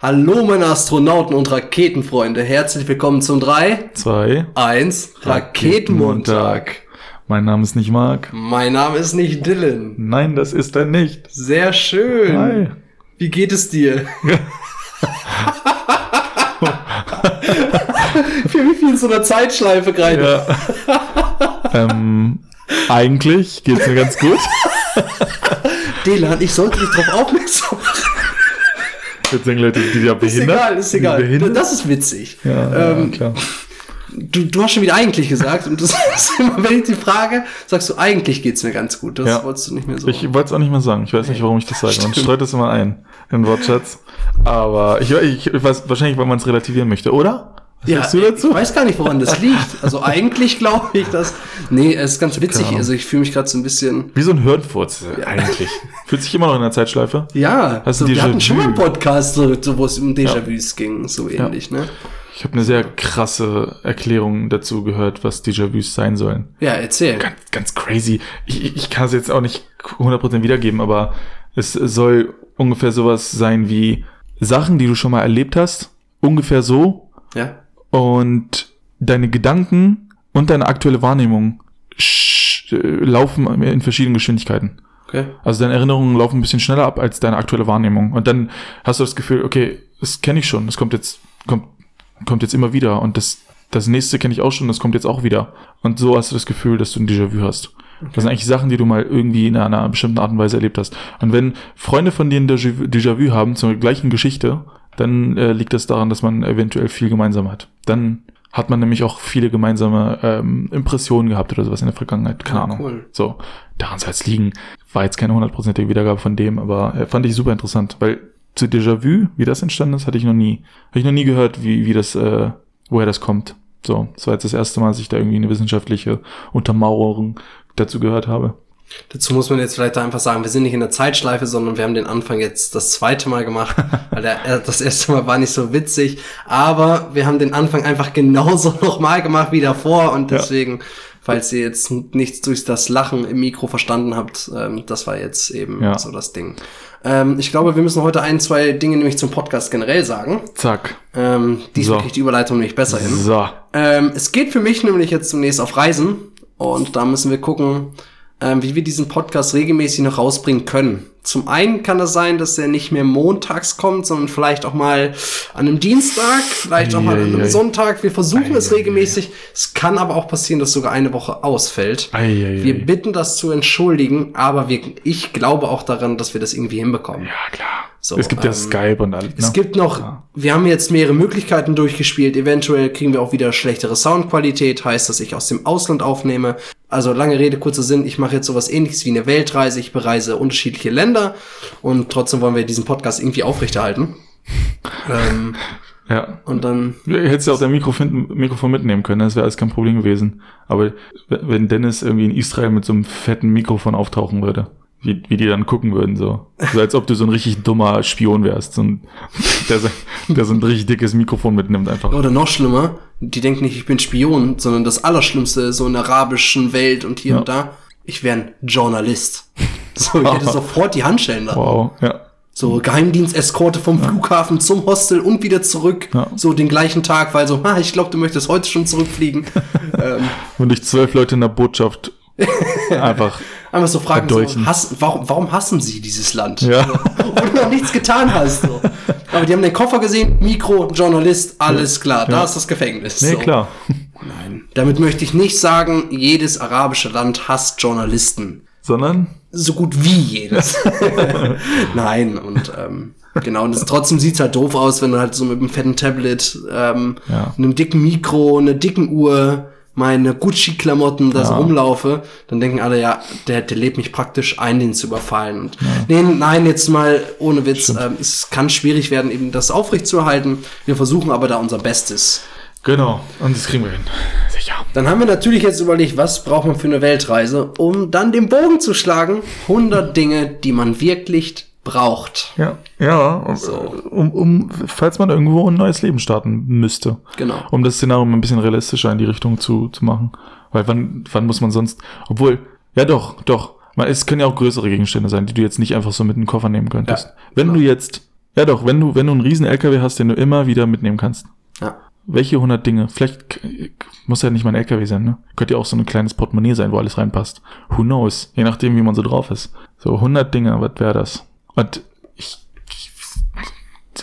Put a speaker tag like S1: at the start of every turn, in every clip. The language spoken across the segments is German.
S1: Hallo meine Astronauten und Raketenfreunde, herzlich willkommen zum 3,
S2: Zwei.
S1: 1 Raketenmontag.
S2: Mein Name ist nicht Marc.
S1: Mein Name ist nicht Dylan.
S2: Nein, das ist er nicht.
S1: Sehr schön.
S2: Hi.
S1: Wie geht es dir? Für mich wie in so einer Zeitschleife gerade.
S2: Ja. ähm, eigentlich geht's mir ganz gut.
S1: Dylan, ich sollte dich darauf aufmerksam machen.
S2: Jetzt sagen Leute, die ja behindert.
S1: Ist egal, ist
S2: Sind die
S1: egal.
S2: Behindert?
S1: Das ist witzig.
S2: ja,
S1: Ähm,
S2: ja, klar.
S1: du, du hast schon wieder eigentlich gesagt und das ist immer, wenn ich die frage, sagst du, eigentlich geht's mir ganz gut. Das
S2: Ja.
S1: wolltest du nicht mehr so.
S2: Ich wollte es auch nicht mehr sagen. Ich weiß nicht, warum ich das sage. Man streut das immer ein in Wortschatz. Aber ich, ich, ich weiß, wahrscheinlich, weil man es relativieren möchte, oder? Was
S1: ja,
S2: sagst du dazu?
S1: ich weiß gar nicht, woran das liegt. Also eigentlich glaube ich, dass. Nee, es ist ganz witzig.
S2: Ahnung.
S1: Also ich fühle mich gerade so ein bisschen.
S2: Wie so ein Hirnfurz eigentlich. Fühlt sich immer noch in der Zeitschleife?
S1: Ja,
S2: Hast du
S1: so, wir
S2: Déjà-vu?
S1: hatten schon mal einen Podcast, so, so, wo es um Déjà-vus ging, so ähnlich, ne?
S2: Ich habe eine sehr krasse Erklärung dazu gehört, was Déjà-vus sein sollen.
S1: Ja, erzähl.
S2: Ganz, ganz crazy. Ich, ich- ich kann es jetzt auch nicht 100% wiedergeben, aber es soll ungefähr sowas sein wie Sachen, die du schon mal erlebt hast, ungefähr so
S1: Ja.
S2: und deine Gedanken und deine aktuelle Wahrnehmung sch- äh, laufen in verschiedenen Geschwindigkeiten.
S1: Okay.
S2: Also deine Erinnerungen laufen ein bisschen schneller ab als deine aktuelle Wahrnehmung. Und dann hast du das Gefühl, okay, das kenne ich schon, das kommt jetzt, kommt, kommt jetzt immer wieder. Und das, das nächste kenne ich auch schon, das kommt jetzt auch wieder. Und so hast du das Gefühl, dass du ein Déjà-vu hast. Das sind eigentlich Sachen, die du mal irgendwie in einer bestimmten Art und Weise erlebt hast. Und wenn Freunde von dir ein Déjà-vu Déjà-vu haben zur gleichen Geschichte, dann äh, liegt das daran, dass man eventuell viel gemeinsam hat. Dann hat man nämlich auch viele gemeinsame ähm, Impressionen gehabt oder sowas in der Vergangenheit. Keine
S1: Ah,
S2: Ahnung.
S1: cool.
S2: So, daran soll es liegen. War jetzt keine hundertprozentige Wiedergabe von dem, aber äh, fand ich super interessant, weil zu Déjà-vu, wie das entstanden ist, hatte ich noch nie, habe ich noch nie gehört, wie, wie das, äh, woher das kommt. So, das war jetzt das erste Mal, dass ich da irgendwie eine wissenschaftliche Untermauerung dazu gehört habe.
S1: Dazu muss man jetzt vielleicht einfach sagen, wir sind nicht in der Zeitschleife, sondern wir haben den Anfang jetzt das zweite Mal gemacht, weil der, äh, das erste Mal war nicht so witzig, aber wir haben den Anfang einfach genauso nochmal gemacht wie davor und
S2: Ja.
S1: deswegen, falls ihr jetzt n- nichts durch das Lachen im Mikro verstanden habt, ähm, das war jetzt eben
S2: Ja.
S1: so das Ding. Ähm, ich glaube, wir müssen heute ein, zwei Dinge nämlich zum Podcast generell sagen.
S2: Zack.
S1: Ähm, diesmal
S2: So.
S1: kriegt die Überleitung nämlich besser hin.
S2: So.
S1: Ähm, es geht für mich nämlich jetzt demnächst auf Reisen und da müssen wir gucken, ähm, wie wir diesen Podcast regelmäßig noch rausbringen können. Zum einen kann es sein, dass er nicht mehr montags kommt, sondern vielleicht auch mal an einem Dienstag, vielleicht auch mal an einem
S2: Eieiei.
S1: Sonntag. Wir versuchen es regelmäßig. Es kann aber auch passieren, dass sogar eine Woche ausfällt.
S2: Eieiei.
S1: Wir bitten das zu entschuldigen, aber wir, ich glaube auch daran, dass wir das irgendwie hinbekommen.
S2: Ja, klar.
S1: So,
S2: es gibt
S1: ähm,
S2: ja Skype und alles.
S1: Es
S2: ne?
S1: gibt noch, wir haben jetzt mehrere Möglichkeiten durchgespielt. Eventuell kriegen wir auch wieder schlechtere Soundqualität, heißt, dass ich aus dem Ausland aufnehme. Also lange Rede, kurzer Sinn, ich mache jetzt sowas ähnliches wie eine Weltreise. Ich bereise unterschiedliche Länder und trotzdem wollen wir diesen Podcast irgendwie aufrechterhalten. ähm,
S2: Ja.
S1: und dann,
S2: Ja, Hättest du auch dein Mikro finden, Mikrofon mitnehmen können, das wäre alles kein Problem gewesen. Aber w- wenn Dennis irgendwie in Israel mit so einem fetten Mikrofon auftauchen würde, wie, wie die dann gucken würden, so. So als ob du so ein richtig dummer Spion wärst, so ein, der, so, der so ein richtig dickes Mikrofon mitnimmt einfach.
S1: oder noch schlimmer, die denken nicht, ich bin Spion, sondern das Allerschlimmste ist so in der arabischen Welt und hier
S2: Ja.
S1: und da. Ich wäre ein Journalist. So, ich hätte sofort die Handschellen da.
S2: Wow, ja.
S1: So Geheimdiensteskorte vom Flughafen zum Hostel und wieder zurück.
S2: Ja.
S1: So den gleichen Tag, weil so, ha, ich glaube, du möchtest heute schon zurückfliegen. ähm,
S2: Wenn dich zwölf Leute in der Botschaft einfach,
S1: einfach so fragen, so,
S2: Verdolchen.
S1: hass, warum, warum hassen sie dieses Land?
S2: Ja.
S1: So, und noch nichts getan hast. So. Aber die haben den Koffer gesehen, Mikro, Journalist, alles klar, da
S2: Ja.
S1: ist das Gefängnis.
S2: nee,
S1: so.
S2: klar.
S1: Nein. Damit möchte ich nicht sagen, jedes arabische Land hasst Journalisten.
S2: Sondern,
S1: so gut wie jedes. Nein, und ähm, genau, und es, trotzdem sieht's halt doof aus, wenn du halt so mit einem fetten Tablet, ähm,
S2: Ja.
S1: einem dicken Mikro, einer dicken Uhr, meine Gucci-Klamotten da so
S2: Ja.
S1: rumlaufe, dann denken alle, ja, der, der lebt mich praktisch ein, den zu überfallen. Und nee, nein, jetzt mal ohne Witz, ähm, es kann schwierig werden, eben das aufrechtzuerhalten. Wir versuchen aber da unser Bestes.
S2: genau. Und das kriegen wir hin. Sicher.
S1: Dann haben wir natürlich jetzt überlegt, was braucht man für eine Weltreise, um dann den Bogen zu schlagen. 100 Dinge, die man wirklich braucht.
S2: Ja, ja, um, um, falls man irgendwo ein neues Leben starten müsste.
S1: Genau.
S2: Um das Szenario mal ein bisschen realistischer in die Richtung zu, zu machen. Weil wann, wann muss man sonst, obwohl, ja doch, doch, man, es können ja auch größere Gegenstände sein, die du jetzt nicht einfach so mit in den Koffer nehmen könntest.
S1: Ja,
S2: Wenn du jetzt Ja, doch, wenn du, wenn du einen riesen LKW hast, den du immer wieder mitnehmen kannst.
S1: Ja.
S2: Welche 100 Dinge? Vielleicht k- muss ja nicht mal ein LKW sein, ne? Könnte ja auch so ein kleines Portemonnaie sein, wo alles reinpasst. Who knows? Je nachdem, wie man so drauf ist. So 100 Dinge, was wäre das? Und ich, ich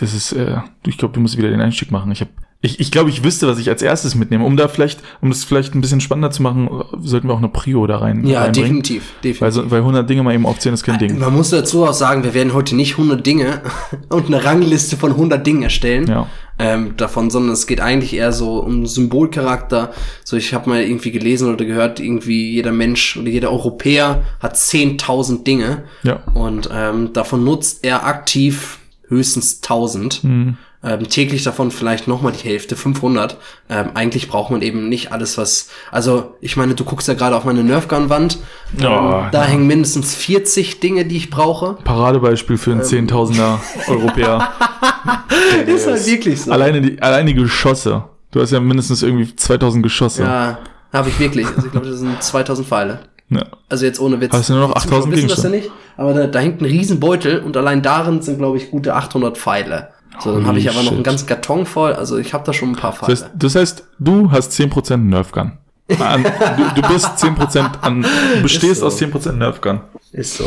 S2: das ist, äh, du, ich glaube, du musst wieder den Einstieg machen. Ich habe ich, ich glaube, ich wüsste, was ich als erstes mitnehme. Um da vielleicht, um das vielleicht ein bisschen spannender zu machen, sollten wir auch eine Prio da rein.
S1: Ja,
S2: reinbringen.
S1: definitiv. Ah, genau.
S2: Weil,
S1: definitiv.
S2: so- weil 100 Dinge mal eben aufzählen, ist kein Ding.
S1: Man muss dazu auch sagen, wir werden heute nicht 100 Dinge und eine Rangliste von 100 Dingen erstellen.
S2: Ja.
S1: ähm, davon, sondern es geht eigentlich eher so um Symbolcharakter. So, ich habe mal irgendwie gelesen oder gehört, irgendwie jeder Mensch oder jeder Europäer hat 10.000 Dinge
S2: Ja.
S1: und ähm, davon nutzt er aktiv höchstens 1.000.
S2: Hm.
S1: Ähm, täglich davon vielleicht nochmal die Hälfte, 500. Ähm, eigentlich braucht man eben nicht alles, was... Also, ich meine, du guckst ja gerade auf meine Nerfgun-Wand. Ähm,
S2: Ja,
S1: da
S2: ja.
S1: hängen mindestens 40 Dinge, die ich brauche.
S2: Paradebeispiel für einen
S1: Ähm.
S2: Zehntausender Europäer.
S1: Ist halt wirklich so.
S2: alleine, die, alleine die Geschosse. Du hast ja mindestens irgendwie 2000 Geschosse.
S1: Ja, habe ich wirklich. Also ich glaube, das sind 2000 Pfeile.
S2: Ja.
S1: Also jetzt ohne Witz.
S2: Hast du nur noch
S1: Die Zuschauer
S2: 8000
S1: wissen das ja nicht, aber da, da hängt ein Riesenbeutel und allein darin sind, glaube ich, gute 800 Pfeile. So, dann habe
S2: Holy
S1: ich aber noch einen
S2: shit.
S1: ganzen Karton voll, also ich habe da schon ein paar Pfeile.
S2: Das, heißt, das heißt, du hast 10% Nerfgun. An, du, du bist 10% an, du bestehst
S1: Ist so.
S2: aus 10% Nerfgun
S1: Ist so.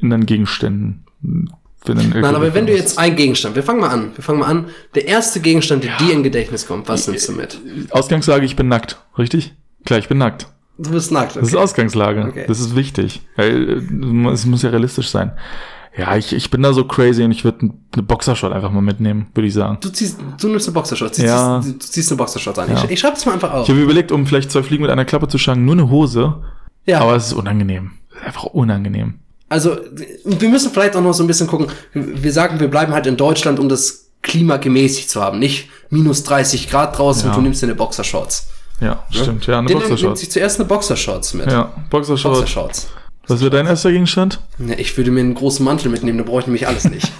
S2: in deinen Gegenständen. Wenn du einen
S1: Nein, aber
S2: LKW
S1: wenn du
S2: fährst.
S1: jetzt ein Gegenstand, wir fangen mal an, wir fangen mal an, der erste Gegenstand, der dir in Gedächtnis kommt, was nimmst du mit?
S2: Ausgangslage, ich bin nackt, richtig? Klar, ich bin nackt.
S1: Du bist nackt,
S2: Das ist
S1: okay.
S2: Ausgangslage.
S1: Okay.
S2: Das ist wichtig. Weil äh, es muss ja realistisch sein. Ja, ich, ich bin da so crazy und ich würde eine Boxershot einfach mal mitnehmen, würde ich sagen.
S1: Du ziehst, du nimmst eine Boxershorts, ziehst,
S2: Ja.
S1: du ziehst eine Boxershorts an.
S2: Ja.
S1: Ich, ich schreib's mal einfach auf.
S2: Ich habe überlegt, um vielleicht zwei Fliegen mit einer Klappe zu schlagen, nur eine Hose.
S1: Ja.
S2: Aber es ist unangenehm. Es ist einfach unangenehm.
S1: Also, wir müssen vielleicht auch noch so ein bisschen gucken. Wir sagen, wir bleiben halt in Deutschland, um das Klima gemäßig zu haben. Nicht minus 30 Grad draußen
S2: Ja.
S1: und du nimmst dir eine Boxershorts.
S2: Ja, stimmt. Ja, eine
S1: Dylan nimmt
S2: Boxershot.
S1: sich zuerst eine Boxershorts mit.
S2: Ja, Boxershot.
S1: Boxershorts.
S2: Was wäre dein erster Gegenstand?
S1: Ja, ich würde mir einen großen Mantel mitnehmen, da brauche ich nämlich alles nicht.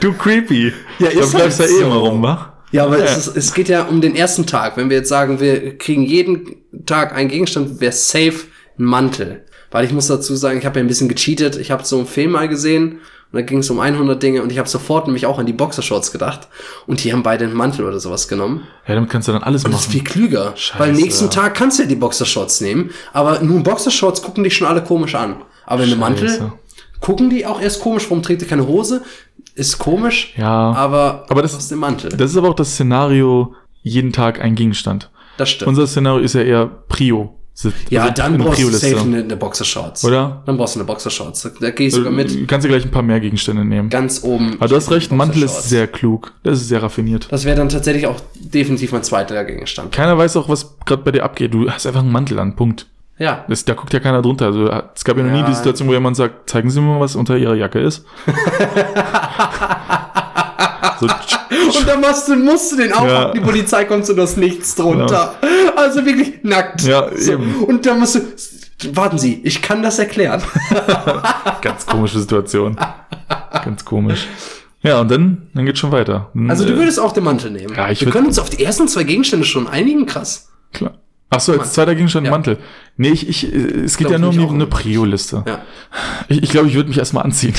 S2: Du creepy.
S1: Ja,
S2: Ja,
S1: ist
S2: ist Dann bleibst du
S1: halt
S2: ja eh
S1: so.
S2: immer rum, wa?
S1: ja, aber es, ist, es geht ja um den ersten Tag. Wenn wir jetzt sagen, wir kriegen jeden Tag einen Gegenstand, wäre safe ein Mantel. Weil ich muss dazu sagen, ich habe ja ein bisschen gecheatet. Ich habe so einen Film mal gesehen und da ging es um 100 Dinge und ich habe sofort nämlich auch an die Boxershorts gedacht und die haben beide einen Mantel oder sowas genommen.
S2: Ja, damit kannst du dann alles
S1: Das ist viel
S2: machen.
S1: klüger.
S2: Scheiße.
S1: Weil nächsten Tag kannst du ja die Boxershorts nehmen, aber nun Boxershorts gucken dich schon alle komisch an. Aber in einem Mantel
S2: Scheiße.
S1: gucken die auch erst komisch, warum trägt ihr keine Hose? Ist komisch,
S2: Ja.
S1: aber,
S2: Aber das-
S1: aus dem Mantel. Das,
S2: Das ist aber auch das Szenario, jeden Tag ein Gegenstand.
S1: stimmt.
S2: Unser Szenario ist ja eher Prio.
S1: ja,
S2: Also
S1: dann
S2: eine
S1: brauchst du
S2: Prio-Liste.
S1: safe eine, eine Boxershorts.
S2: Oder?
S1: Dann brauchst du eine Boxershorts. Da, da gehe ich sogar mit
S2: Du Äh, kannst dir gleich ein paar mehr Gegenstände nehmen.
S1: ganz oben.
S2: Aber du hast recht, ein Mantel ist
S1: Boxershorts.
S2: sehr klug. Das ist sehr raffiniert.
S1: Das wäre dann tatsächlich auch definitiv mein zweiter Gegenstand.
S2: Keiner weiß auch, was gerade bei dir abgeht. Du hast einfach einen Mantel an, Punkt.
S1: Ja.
S2: Das, da guckt ja keiner drunter. Also, es gab ja noch
S1: Ja.
S2: nie die Situation, wo jemand sagt, zeigen Sie mir mal, was unter Ihrer Jacke ist. so, tsch,
S1: Und dann machst du, musst du den aufmachen,
S2: Ja.
S1: die Polizei kommt und du hast nichts drunter. Also wirklich nackt.
S2: Ja, eben.
S1: Und dann musst du, warten Sie, ich kann das erklären.
S2: ganz komische Situation. Ganz komisch. Ja, und dann, dann geht's schon weiter. Dann,
S1: Also du
S2: äh,
S1: würdest auch den Mantel nehmen.
S2: Ja, ich
S1: Wir
S2: würd-
S1: können uns auf die ersten zwei Gegenstände schon einigen, krass.
S2: Klar. Ach so, als zweiter Gegenstand
S1: Ja.
S2: Mantel. Nee, ich, ich, äh, es geht
S1: Glaub
S2: ja nur
S1: ich
S2: um die-
S1: auch
S2: eine
S1: nicht.
S2: Prio-Liste.
S1: Ja.
S2: Ich, ich glaube, ich würde mich erstmal anziehen.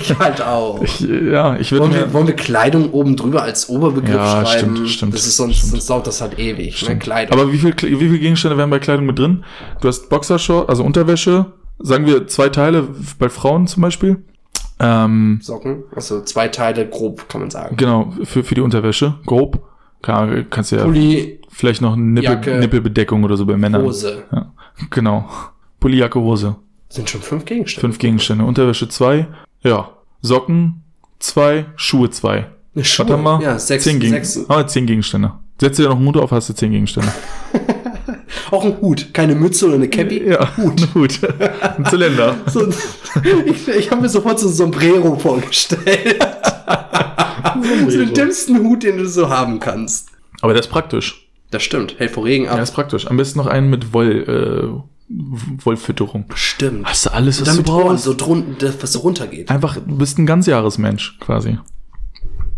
S1: Ich halt auch.
S2: ich, äh, ja, ich würde
S1: Wollen
S2: mir...
S1: wir, wollen wir Kleidung oben drüber als Oberbegriff
S2: Ja,
S1: schreiben?
S2: stimmt, stimmt,
S1: Das ist sonst,
S2: stimmt.
S1: sonst dauert das halt ewig, ne? Kleidung.
S2: Aber wie viel, Kle- wie viel Gegenstände wären bei Kleidung mit drin? Du hast Boxershort, also Unterwäsche, sagen wir zwei Teile, bei Frauen zum Beispiel. Ähm,
S1: Socken, also zwei Teile grob, kann man sagen.
S2: genau, für, für die Unterwäsche, grob. Kann, kannst ja
S1: Pulli,
S2: vielleicht noch Nippel,
S1: Jacke,
S2: Nippelbedeckung oder so bei Männern.
S1: Hose.
S2: Ja, genau. Pulli, Jacke, Hose.
S1: Sind schon fünf Gegenstände.
S2: Fünf Gegenstände. Unterwäsche zwei. Ja. Socken zwei. Schuhe zwei.
S1: Eine Schuhe.
S2: Warte mal.
S1: Oh, Ja, sechs,
S2: zehn, Gegen
S1: sechs.
S2: ah, zehn Gegenstände. Setz dir noch einen Hut auf, hast du zehn Gegenstände.
S1: Auch ein Hut, keine Mütze oder eine Cappy.
S2: ja, Hut. Hut. Ein Zylinder.
S1: So, ein- ich ich habe mir sofort so ein Sombrero vorgestellt. so den dümmsten Hut, den du so haben kannst.
S2: Aber der ist praktisch.
S1: Das stimmt. Hält vor Regen ab.
S2: Der ist praktisch. Am besten noch einen mit Woll, äh, Wollfütterung.
S1: stimmt.
S2: Hast du alles, was
S1: Damit
S2: du
S1: Ohren,
S2: brauchst?
S1: so drunten, das, was so runtergeht.
S2: Einfach, du bist ein Ganzjahresmensch quasi.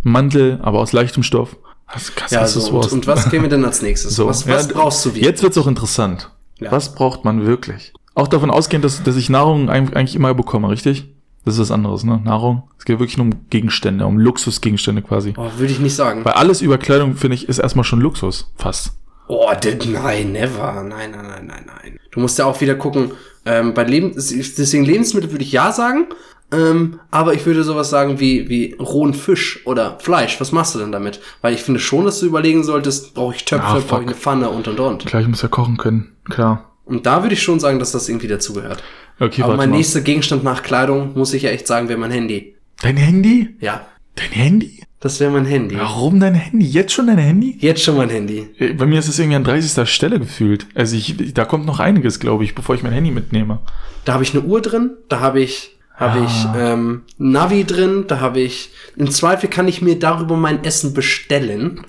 S2: Mantel, aber aus leichtem Stoff. Das kannst
S1: Ja,
S2: das
S1: so.
S2: ist
S1: Und,
S2: Wurst.
S1: und was käme denn als nächstes?
S2: So.
S1: Was, was
S2: Ja,
S1: brauchst du
S2: Jetzt wird's auch interessant.
S1: Ja.
S2: Was braucht man wirklich? Auch davon ausgehend, dass, dass ich Nahrung eig- eigentlich immer bekomme, richtig? Das ist was anderes, ne? Nahrung. Es geht wirklich nur um Gegenstände, um Luxusgegenstände quasi.
S1: Oh, würde ich nicht sagen.
S2: Weil alles über Kleidung, finde ich, ist erstmal schon Luxus. Fast.
S1: Oh, did, nein, never. Nein, nein, nein, nein, nein. Du musst ja auch wieder gucken. Ähm, bei Leben, deswegen Lebensmittel würde ich ja sagen. Ähm, aber ich würde sowas sagen wie, wie rohen Fisch oder Fleisch. Was machst du denn damit? Weil ich finde schon, dass du überlegen solltest, brauche ich Töpfe,
S2: Ah, fuck.
S1: brauche ich eine Pfanne und und und.
S2: Klar, ich muss ja kochen können. Klar.
S1: Und da würde ich schon sagen, dass das irgendwie dazugehört.
S2: Okay,
S1: Aber
S2: warte
S1: mein
S2: mal.
S1: nächster Gegenstand nach Kleidung, muss ich ja echt sagen, wäre mein Handy.
S2: Dein Handy?
S1: Ja,
S2: Dein Handy?
S1: das wäre mein Handy.
S2: Warum dein Handy? Jetzt schon dein Handy?
S1: Jetzt schon mein Handy.
S2: Äh, Bei mir ist es irgendwie an 30. Stelle gefühlt. Also ich, da kommt noch einiges, glaube ich, bevor ich mein Handy mitnehme.
S1: Da habe ich eine Uhr drin, da habe ich habe
S2: Ah.
S1: ich ähm, Navi drin, da habe ich im Zweifel kann ich mir darüber mein Essen bestellen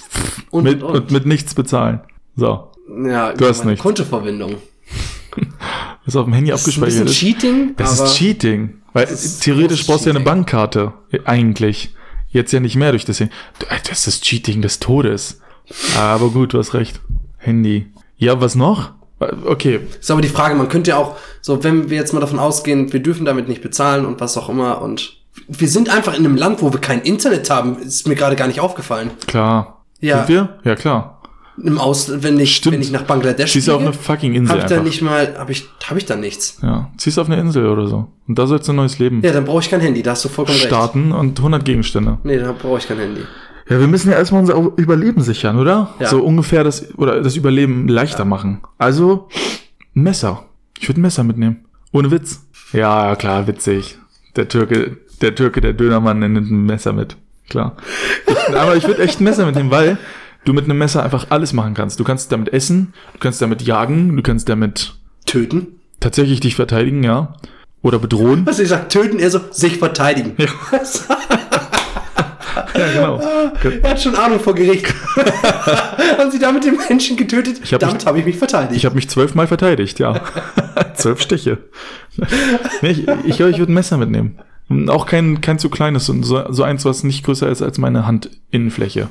S1: und
S2: mit,
S1: und,
S2: und mit nichts bezahlen. So.
S1: und. ja
S2: Du hast
S1: meine
S2: nichts.
S1: Kontoverbindung.
S2: Was auf dem Handy
S1: Das ist ein bisschen
S2: abgespeichert ist.
S1: Cheating,
S2: das
S1: aber
S2: ist Cheating. Weil
S1: Das ist
S2: theoretisch
S1: großes
S2: brauchst du ja eine
S1: Cheating.
S2: Bankkarte. Äh, Eigentlich. Jetzt ja nicht mehr durch das Handy. Du, äh, Das ist Cheating des Todes. Aber gut, du hast recht. Handy. Ja, was noch? Äh, Okay.
S1: ist aber die Frage, man könnte ja auch so, wenn wir jetzt mal davon ausgehen, wir dürfen damit nicht bezahlen und was auch immer und wir sind einfach in einem Land, wo wir kein Internet haben, ist mir gerade gar nicht aufgefallen.
S2: Klar.
S1: Ja.
S2: Sind wir? Ja, klar.
S1: Im Ausland, wenn ich
S2: Stimmt.
S1: wenn ich nach Bangladesch
S2: Schießt ja auf
S1: fliege,
S2: eine fucking Insel
S1: habe ich da
S2: einfach.
S1: nicht mal habe ich habe ich da nichts.
S2: Ja, ziehst auf eine Insel oder so. Und da sollst du ein neues Leben
S1: Ja, dann brauche ich kein Handy, da hast du vollkommen recht.
S2: starten und 100 Gegenstände.
S1: Nee, da brauche ich kein Handy.
S2: Ja, wir müssen ja erstmal unser Überleben sichern, oder?
S1: Ja.
S2: So ungefähr das, oder das Überleben leichter machen. Also, ein Messer. Ich würde ein Messer mitnehmen. Ohne Witz. Ja, ja, klar, witzig. Der Türke, der Türke, der Dönermann, der nimmt ein Messer mit. Klar. Ich, aber ich würde echt ein Messer mitnehmen, weil du mit einem Messer einfach alles machen kannst. Du kannst damit essen, du kannst damit jagen, du kannst damit
S1: Töten?
S2: tatsächlich dich verteidigen, ja. Oder bedrohen.
S1: Was ich sag, töten, er so sich verteidigen.
S2: Ja, genau.
S1: er hat schon Ahnung vor Gericht. Haben sie damit den Menschen getötet?
S2: hab
S1: damit
S2: mich-
S1: habe ich mich verteidigt.
S2: Ich habe mich zwölfmal verteidigt, ja. Zwölf Stiche. Nee, ich ich, glaub, ich würde ein Messer mitnehmen. Und Auch kein, kein zu kleines, und so, so eins, was nicht größer ist als meine Handinnenfläche.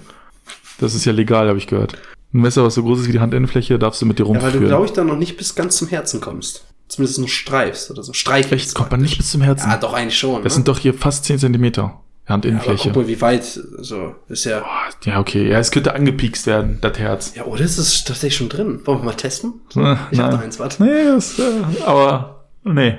S2: Das ist ja legal, habe ich gehört. Ein Messer, was so groß ist wie die Handinnenfläche, darfst du mit dir
S1: ja, weil
S2: rumführen.
S1: du, glaube ich, dann noch nicht bis ganz zum Herzen kommst. Zumindest nur streifst oder so. Streichelst.
S2: Echt, kommt man nicht bis zum Herzen.
S1: Ah, doch, eigentlich schon.
S2: das
S1: ne?
S2: sind doch hier fast 10 Zentimeter
S1: Aber
S2: Handinnenfläche.
S1: guck mal, wie weit so ist ja.
S2: Ah, ja, okay. Ja, es könnte angepiekst werden, das Herz.
S1: Ja, oder ist es tatsächlich schon drin? Wollen wir mal testen?
S2: Äh,
S1: Ich hab
S2: nein.
S1: noch eins, warte.
S2: Nee, das, äh, aber nee.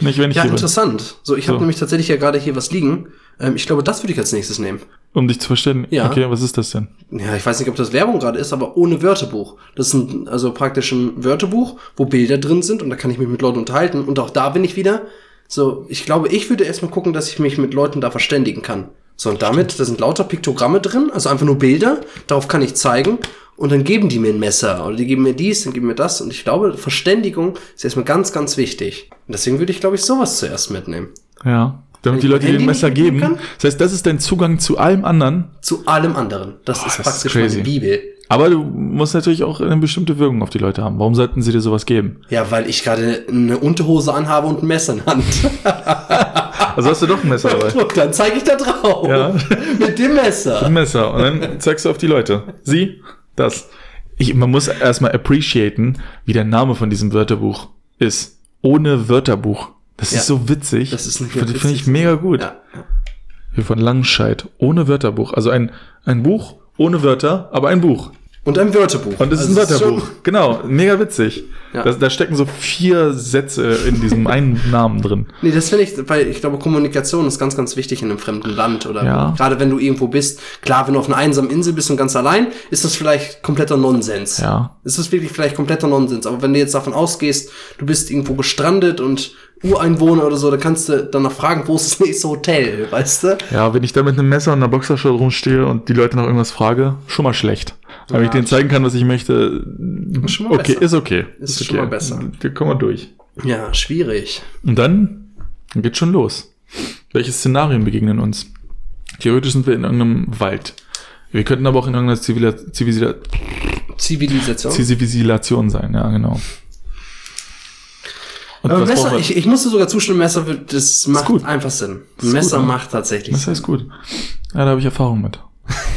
S2: Nicht, wenn ich
S1: Ja,
S2: hier bin.
S1: interessant. So, ich habe
S2: So.
S1: nämlich tatsächlich ja gerade hier was liegen. Ähm, ich glaube, das würde ich als nächstes nehmen.
S2: Um dich zu verständigen.
S1: Ja.
S2: Okay, was ist das denn?
S1: Ja, ich weiß nicht, ob das Werbung gerade ist, aber ohne Wörterbuch. Das ist ein, also praktisch ein Wörterbuch, wo Bilder drin sind und da kann ich mich mit Leuten unterhalten. Und auch da bin ich wieder. So, ich glaube, ich würde erstmal gucken, dass ich mich mit Leuten da verständigen kann. So, und damit, da sind lauter Piktogramme drin, also einfach nur Bilder, darauf kann ich zeigen. Und dann geben die mir ein Messer oder die geben mir dies, dann geben mir das. Und ich glaube, Verständigung ist erstmal ganz, ganz wichtig. Und deswegen würde ich, glaube ich, sowas zuerst mitnehmen.
S2: Ja. Damit die
S1: ich
S2: Leute
S1: mein
S2: dir ein
S1: Handy
S2: Messer
S1: nicht mitnehmen
S2: geben.
S1: kann?
S2: Das heißt, das ist dein Zugang zu allem anderen.
S1: Zu allem anderen. Das ist
S2: das ist
S1: praktisch
S2: crazy.
S1: meine Bibel.
S2: Aber du musst natürlich auch eine bestimmte Wirkung auf die Leute haben. Warum sollten sie dir sowas geben?
S1: Ja, weil ich gerade eine Unterhose anhabe und ein Messer in der Hand.
S2: Also hast du doch ein Messer dabei.
S1: Guck, dann zeige ich da drauf.
S2: Ja.
S1: Mit dem Messer.
S2: Ein Messer. Und dann zeigst du auf die Leute. Sie, das. Ich, man muss erstmal appreciaten, wie der Name von diesem Wörterbuch ist. Ohne Wörterbuch. Das
S1: Ja.
S2: ist so witzig.
S1: Das ist nicht mehr
S2: Finde finde ich
S1: witzig.
S2: mega gut.
S1: Ja.
S2: Hier von Langscheid. Ohne Wörterbuch. Also ein, ein Buch ohne Wörter, aber ein Buch.
S1: Und ein Wörterbuch.
S2: Und es
S1: Also
S2: ist ein Wörterbuch.
S1: schon-
S2: Genau, mega witzig.
S1: Ja.
S2: Das, da stecken so vier Sätze in diesem einen Namen drin.
S1: Nee, das finde ich, weil ich glaube, Kommunikation ist ganz, ganz wichtig in einem fremden Land oder
S2: Ja.
S1: gerade wenn du irgendwo bist. Klar, wenn du auf einer einsamen Insel bist und ganz allein, ist das vielleicht kompletter Nonsens.
S2: Ja.
S1: Es ist wirklich vielleicht kompletter Nonsens. Aber wenn du jetzt davon ausgehst, du bist irgendwo gestrandet und Ureinwohner oder so, dann kannst du danach fragen, wo ist das nächste Hotel, weißt du?
S2: Ja, wenn ich da mit einem Messer und einer Boxershort rumstehe und die Leute nach irgendwas frage, schon mal schlecht. Aber wenn ich denen zeigen kann, was ich möchte,
S1: schon mal
S2: okay,
S1: besser.
S2: ist okay.
S1: Ist
S2: okay.
S1: schon mal besser.
S2: Wir kommen mal durch.
S1: Ja, schwierig.
S2: Und dann geht schon los. Welche Szenarien begegnen uns? Theoretisch sind wir in irgendeinem Wald. Wir könnten aber auch in irgendeiner Zivila Zivisila
S1: Zivilisation.
S2: Zivilisation sein, ja, genau. Und
S1: Aber
S2: was brauchen
S1: Messer,
S2: wir?
S1: ich, ich musste sogar zustimmen, Messer, wird- das macht
S2: gut.
S1: einfach Sinn.
S2: gut,
S1: Messer
S2: ne?
S1: macht tatsächlich
S2: Das
S1: Sinn.
S2: heißt gut. Ja, da habe ich Erfahrung mit.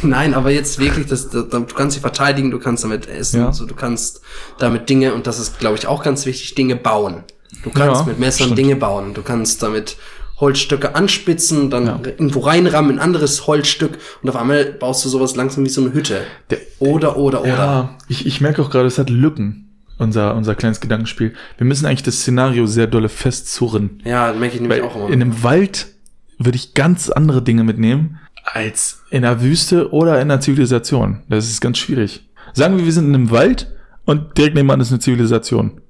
S1: Nein, aber jetzt wirklich, das, das, du kannst dich verteidigen, du kannst damit essen,
S2: Ja.
S1: so, du kannst damit Dinge, und das ist, glaube ich, auch ganz wichtig, Dinge bauen. Du kannst
S2: Ja,
S1: mit Messern
S2: stimmt.
S1: Dinge bauen, du kannst damit Holzstöcke anspitzen, dann
S2: Ja.
S1: irgendwo reinrammen, ein anderes Holzstück und auf einmal baust du sowas langsam wie so eine Hütte.
S2: Der-
S1: Oder, oder, oder.
S2: Ja, ich, ich merke auch gerade, es hat Lücken, unser, unser kleines Gedankenspiel. Wir müssen eigentlich das Szenario sehr dolle festzurren.
S1: Ja, das merke ich nämlich
S2: Weil
S1: auch immer.
S2: in einem Wald würde ich ganz andere Dinge mitnehmen als in einer Wüste oder in einer Zivilisation. Das ist ganz schwierig. Sagen wir, wir sind in einem Wald und direkt nebenan ist eine Zivilisation.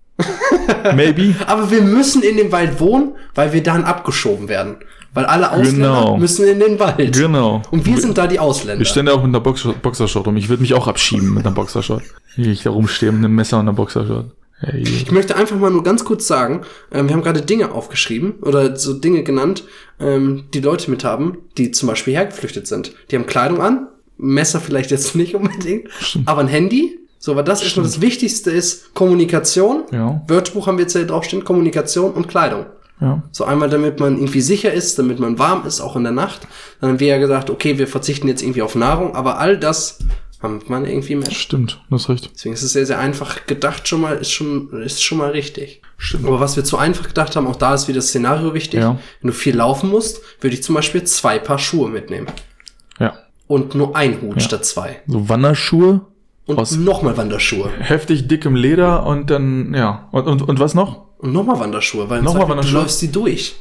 S2: Maybe.
S1: Aber wir müssen in dem Wald wohnen, weil wir dann abgeschoben werden. Weil alle Ausländer
S2: Genau.
S1: müssen in den Wald.
S2: Genau.
S1: Und wir sind da die Ausländer.
S2: Wir stehen da auch mit einer Boxer Boxershort rum. Ich würde mich auch abschieben mit einer Boxershort. Wie ich da rumstehe mit einem Messer und einer Boxershort. Hey.
S1: Ich möchte einfach mal nur ganz kurz sagen, ähm, wir haben gerade Dinge aufgeschrieben oder so Dinge genannt, ähm, die Leute mit haben, die zum Beispiel hergeflüchtet sind. Die haben Kleidung an, Messer vielleicht jetzt nicht unbedingt, aber ein Handy. So, weil das ist nur das Wichtigste ist Kommunikation.
S2: Ja.
S1: Wörterbuch haben wir jetzt hier draufstehen, Kommunikation und Kleidung.
S2: Ja.
S1: So einmal, damit man irgendwie sicher ist, damit man warm ist, auch in der Nacht. Dann haben wir ja gesagt, okay, wir verzichten jetzt irgendwie auf Nahrung, aber all das haben man irgendwie mehr.
S2: Stimmt, du hast recht.
S1: Deswegen ist es sehr, sehr einfach gedacht schon mal, ist schon, ist schon mal richtig.
S2: Stimmt.
S1: Aber was wir zu einfach gedacht haben, auch da ist wieder das Szenario wichtig.
S2: Ja.
S1: Wenn du viel laufen musst, würde ich zum Beispiel zwei Paar Schuhe mitnehmen.
S2: Ja.
S1: Und nur ein Hut statt zwei.
S2: So Wanderschuhe
S1: Und
S2: Aus-
S1: nochmal Wanderschuhe.
S2: heftig dickem Leder und dann, ja. Und, und, und was noch?
S1: Und nochmal Wanderschuhe, weil sag,
S2: Nochmal
S1: du
S2: Wanderschuhe?
S1: läufst die durch.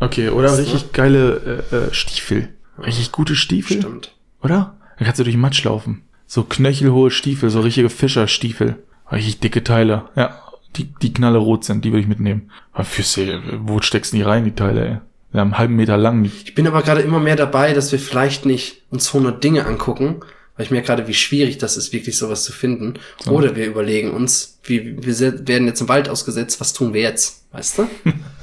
S2: Okay, oder richtig geile äh, äh, Stiefel. Richtig gute Stiefel,
S1: Stimmt.
S2: oder? Dann kannst du durch den Matsch laufen. So knöchelhohe Stiefel, so richtige Fischerstiefel. Richtig dicke Teile. Ja, die, die knalle rot sind, die würde ich mitnehmen. Aber für See, wo steckst du die rein, die Teile, ey? Die haben einen halben Meter lang. Die,
S1: Ich bin aber gerade immer mehr dabei, dass wir vielleicht nicht uns 100 Dinge angucken, weil ich merke gerade, wie schwierig das ist, wirklich sowas zu finden. Oder wir überlegen uns, wie, wir se- werden jetzt im Wald ausgesetzt, was tun wir jetzt? Weißt du?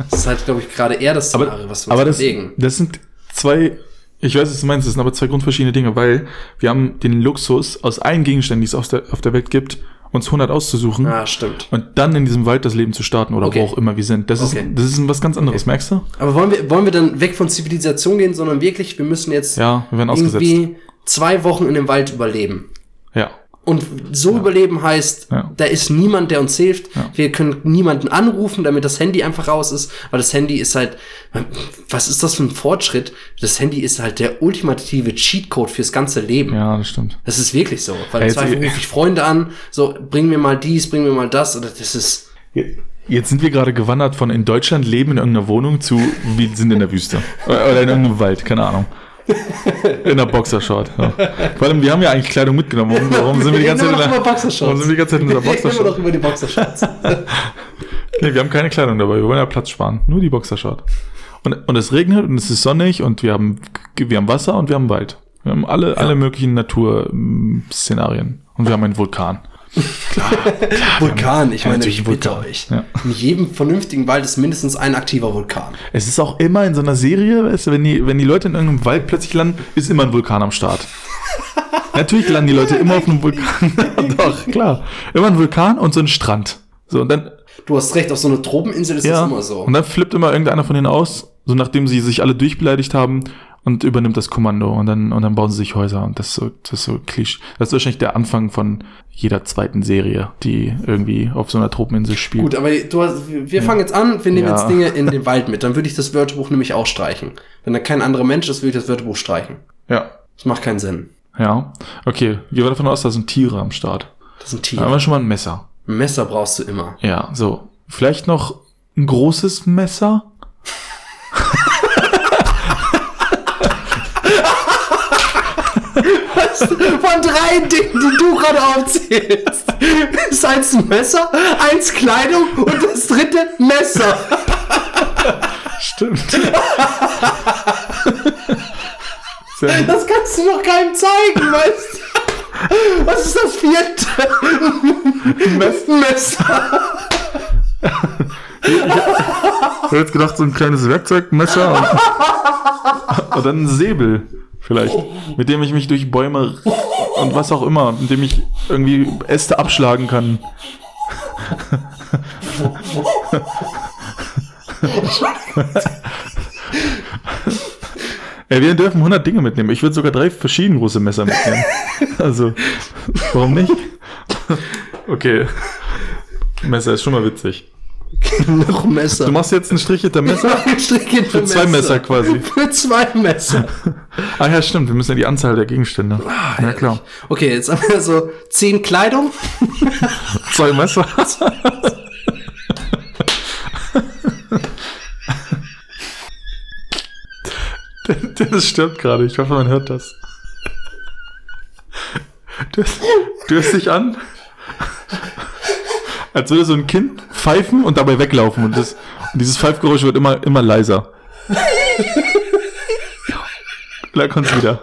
S1: Das ist halt, glaube ich, gerade eher das Szenario, was wir
S2: aber
S1: uns
S2: das,
S1: überlegen.
S2: das sind zwei, ich weiß, was du meinst, das sind aber zwei grundverschiedene Dinge, weil wir haben den Luxus, aus allen Gegenständen, die es auf der, auf der Welt gibt, uns 100 auszusuchen
S1: Ah, stimmt.
S2: und dann in diesem Wald das Leben zu starten oder
S1: Okay.
S2: wo auch immer wir sind. Das
S1: Okay.
S2: ist, das ist was ganz anderes, merkst du?
S1: Aber wollen wir, wollen wir dann weg von Zivilisation gehen, sondern wirklich, wir müssen jetzt
S2: Ja, wir werden ausgesetzt.
S1: irgendwie zwei Wochen in dem Wald überleben.
S2: Ja.
S1: Und so überleben heißt,
S2: Ja.
S1: da ist niemand, der uns hilft.
S2: Ja.
S1: Wir können niemanden anrufen, damit das Handy einfach raus ist. Weil das Handy ist halt, was ist das für ein Fortschritt? Das Handy ist halt der ultimative Cheatcode fürs ganze Leben.
S2: Ja, das stimmt.
S1: Das ist wirklich so. Weil
S2: Ja,
S1: im
S2: jetzt-
S1: Zweifel rufe ich Freunde an, so, bring mir mal dies, bring mir mal das. Oder das ist,
S2: Jetzt sind wir gerade gewandert von in Deutschland leben in irgendeiner Wohnung zu wir sind in der Wüste. Oder oder in irgendeinem Wald, keine Ahnung. In einer Boxershort. Ja. Vor allem, wir haben ja eigentlich Kleidung mitgenommen. Warum, warum sind wir die ganze Zeit
S1: reden
S2: in
S1: immer noch
S2: der,
S1: über Boxershorts.
S2: warum sind wir die ganze Zeit in
S1: Wir
S2: unserer
S1: reden immer
S2: Boxershort?
S1: noch über die Boxershorts.
S2: Nee, wir haben keine Kleidung dabei. Wir wollen ja Platz sparen. Nur die Boxershort. Und, und es regnet und es ist sonnig und wir haben, wir haben Wasser und wir haben Wald. Wir haben alle, alle möglichen Naturszenarien. Und wir haben einen Vulkan.
S1: Vulkan, ich
S2: Ja,
S1: meine,
S2: natürlich
S1: ich
S2: ein
S1: bitte
S2: Vulkan.
S1: euch.
S2: Ja.
S1: In jedem vernünftigen Wald ist mindestens ein aktiver Vulkan.
S2: Es ist auch immer in so einer Serie, weißt du, wenn die, wenn die Leute in irgendeinem Wald plötzlich landen, ist immer ein Vulkan am Start. Natürlich landen die Leute immer auf einem Vulkan. Doch, klar. Immer ein Vulkan und so ein Strand. So, und dann,
S1: Du hast recht, auf so einer Tropeninsel ist
S2: ja,
S1: das immer so.
S2: und dann flippt immer irgendeiner von denen aus, so nachdem sie sich alle durchbeleidigt haben und übernimmt das Kommando und dann, und dann bauen sie sich Häuser und das ist so, das ist so klisch. Das ist wahrscheinlich der Anfang von jeder zweiten Serie, die irgendwie auf so einer Tropeninsel spielt.
S1: Gut, aber du hast, wir fangen jetzt an, wir nehmen
S2: Ja.
S1: jetzt Dinge in den Wald mit. Dann würde ich das Wörterbuch nämlich auch streichen. Wenn da kein anderer Mensch ist, würde ich das Wörterbuch streichen.
S2: Ja.
S1: Das macht keinen Sinn.
S2: Ja. Okay. Gehen wir davon aus, da sind Tiere am Start.
S1: Das ist ein
S2: Da
S1: Tier.
S2: haben wir schon mal ein Messer.
S1: ein Messer brauchst du immer.
S2: Ja, so. Vielleicht noch ein großes Messer?
S1: Von drei Dingen, die du gerade aufzählst, ist eins ein Messer, eins Kleidung und das dritte Messer.
S2: Stimmt. Sehr gut.
S1: Das kannst du doch keinem zeigen, weißt du? Was ist das vierte? Ein Messer.
S2: Ich hab jetzt gedacht, so ein kleines Werkzeugmesser und, und dann ein Säbel vielleicht, mit dem ich mich durch Bäume und was auch immer, mit dem ich irgendwie Äste abschlagen kann. Ey, wir dürfen 100 Dinge mitnehmen. Ich würde sogar drei verschiedene große Messer mitnehmen. Also, warum nicht? Okay. Messer ist schon mal witzig.
S1: Noch Messer.
S2: Du machst jetzt einen Strich hinter Messer?
S1: Strich hinter
S2: Für zwei Messer quasi.
S1: Für zwei Messer.
S2: Ah ja, stimmt. Wir müssen ja die Anzahl der Gegenstände. ja, klar.
S1: Okay, jetzt haben wir so zehn Kleidung.
S2: Zwei Messer. Dennis stirbt gerade. Ich hoffe, man hört das. Du hörst, du hörst dich an, als würde so ein Kind pfeifen und dabei weglaufen. Und, das, und dieses Pfeifgeräusch wird immer, immer leiser. Da kommt's wieder.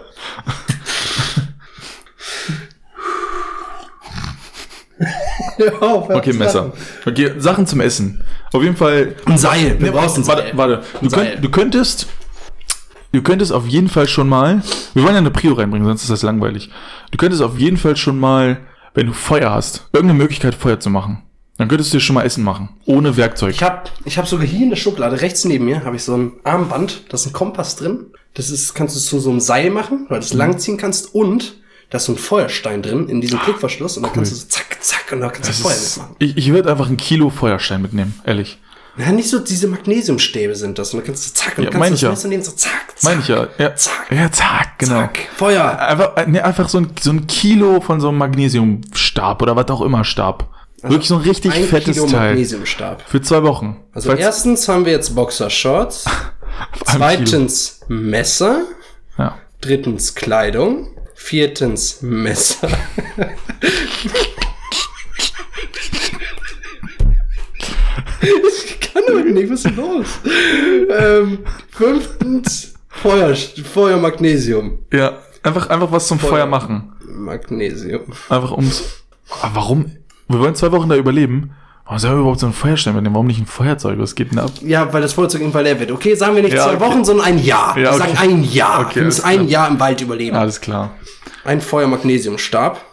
S1: Hör auf, hör
S2: Okay,
S1: auf zu
S2: Messer.
S1: lachen.
S2: Okay, Sachen zum Essen. Auf jeden Fall
S1: Ein Seil. Wir
S2: Nee,
S1: brauchen ein
S2: warte,
S1: Seil.
S2: warte. Du,
S1: Seil.
S2: könnt, du könntest. Du könntest auf jeden Fall schon mal. Wir wollen ja eine Prio reinbringen, sonst ist das langweilig. Du könntest auf jeden Fall schon mal, wenn du Feuer hast, irgendeine Möglichkeit Feuer zu machen. Dann könntest du dir schon mal Essen machen. Ohne Werkzeug.
S1: Ich habe ich hab sogar hier in der Schublade, rechts neben mir, habe ich so ein Armband, da ist ein Kompass drin. Das ist, kannst du zu so einem Seil machen, weil du
S2: Mhm.
S1: es langziehen kannst und da ist so ein Feuerstein drin in diesem Klickverschluss und dann kannst du so zack, zack und da kannst du
S2: Ah, Das
S1: Feuer
S2: ist-
S1: mitmachen.
S2: ich ich würde einfach ein Kilo Feuerstein mitnehmen, ehrlich.
S1: Ja, nicht so diese Magnesiumstäbe sind das. Und dann kannst du zack und
S2: Ja,
S1: kannst
S2: mein
S1: du
S2: ich ja.
S1: Messer nehmen, so zack, zack.
S2: Meine ich ja. Ja,
S1: Zack.
S2: ja zack, genau.
S1: Zack. Feuer.
S2: Einfach, nee, einfach so ein, so ein Kilo von so einem Magnesiumstab oder was auch immer Stab. Wirklich so ein richtig
S1: Also Ein
S2: fettes
S1: Kilo
S2: Teil.
S1: Magnesiumstab.
S2: Für zwei Wochen.
S1: Also
S2: Falls-
S1: erstens haben wir jetzt Boxershorts,
S2: einem Kilo.
S1: zweitens Messer,
S2: Ja.
S1: drittens Kleidung, viertens Messer. ich kann aber nicht, was ist denn los? Ähm, fünftens Feuer, Feuer Magnesium.
S2: Ja, einfach, einfach was zum Feuer, machen.
S1: Magnesium.
S2: Einfach ums. Aber Ah, warum? Wir wollen zwei Wochen da überleben. Warum sollen wir überhaupt so einen Feuerstein mitnehmen? Warum nicht ein Feuerzeug? Was geht denn ab?
S1: Ja, weil das Feuerzeug irgendwann leer wird. Okay, sagen wir nicht
S2: Ja,
S1: zwei
S2: okay.
S1: Wochen, sondern ein Jahr.
S2: Ja,
S1: wir
S2: okay.
S1: sagen ein Jahr.
S2: Okay,
S1: du musst
S2: alles
S1: ein
S2: klar.
S1: Jahr im Wald überleben.
S2: Alles klar.
S1: Ein Feuer-Magnesium-Stab.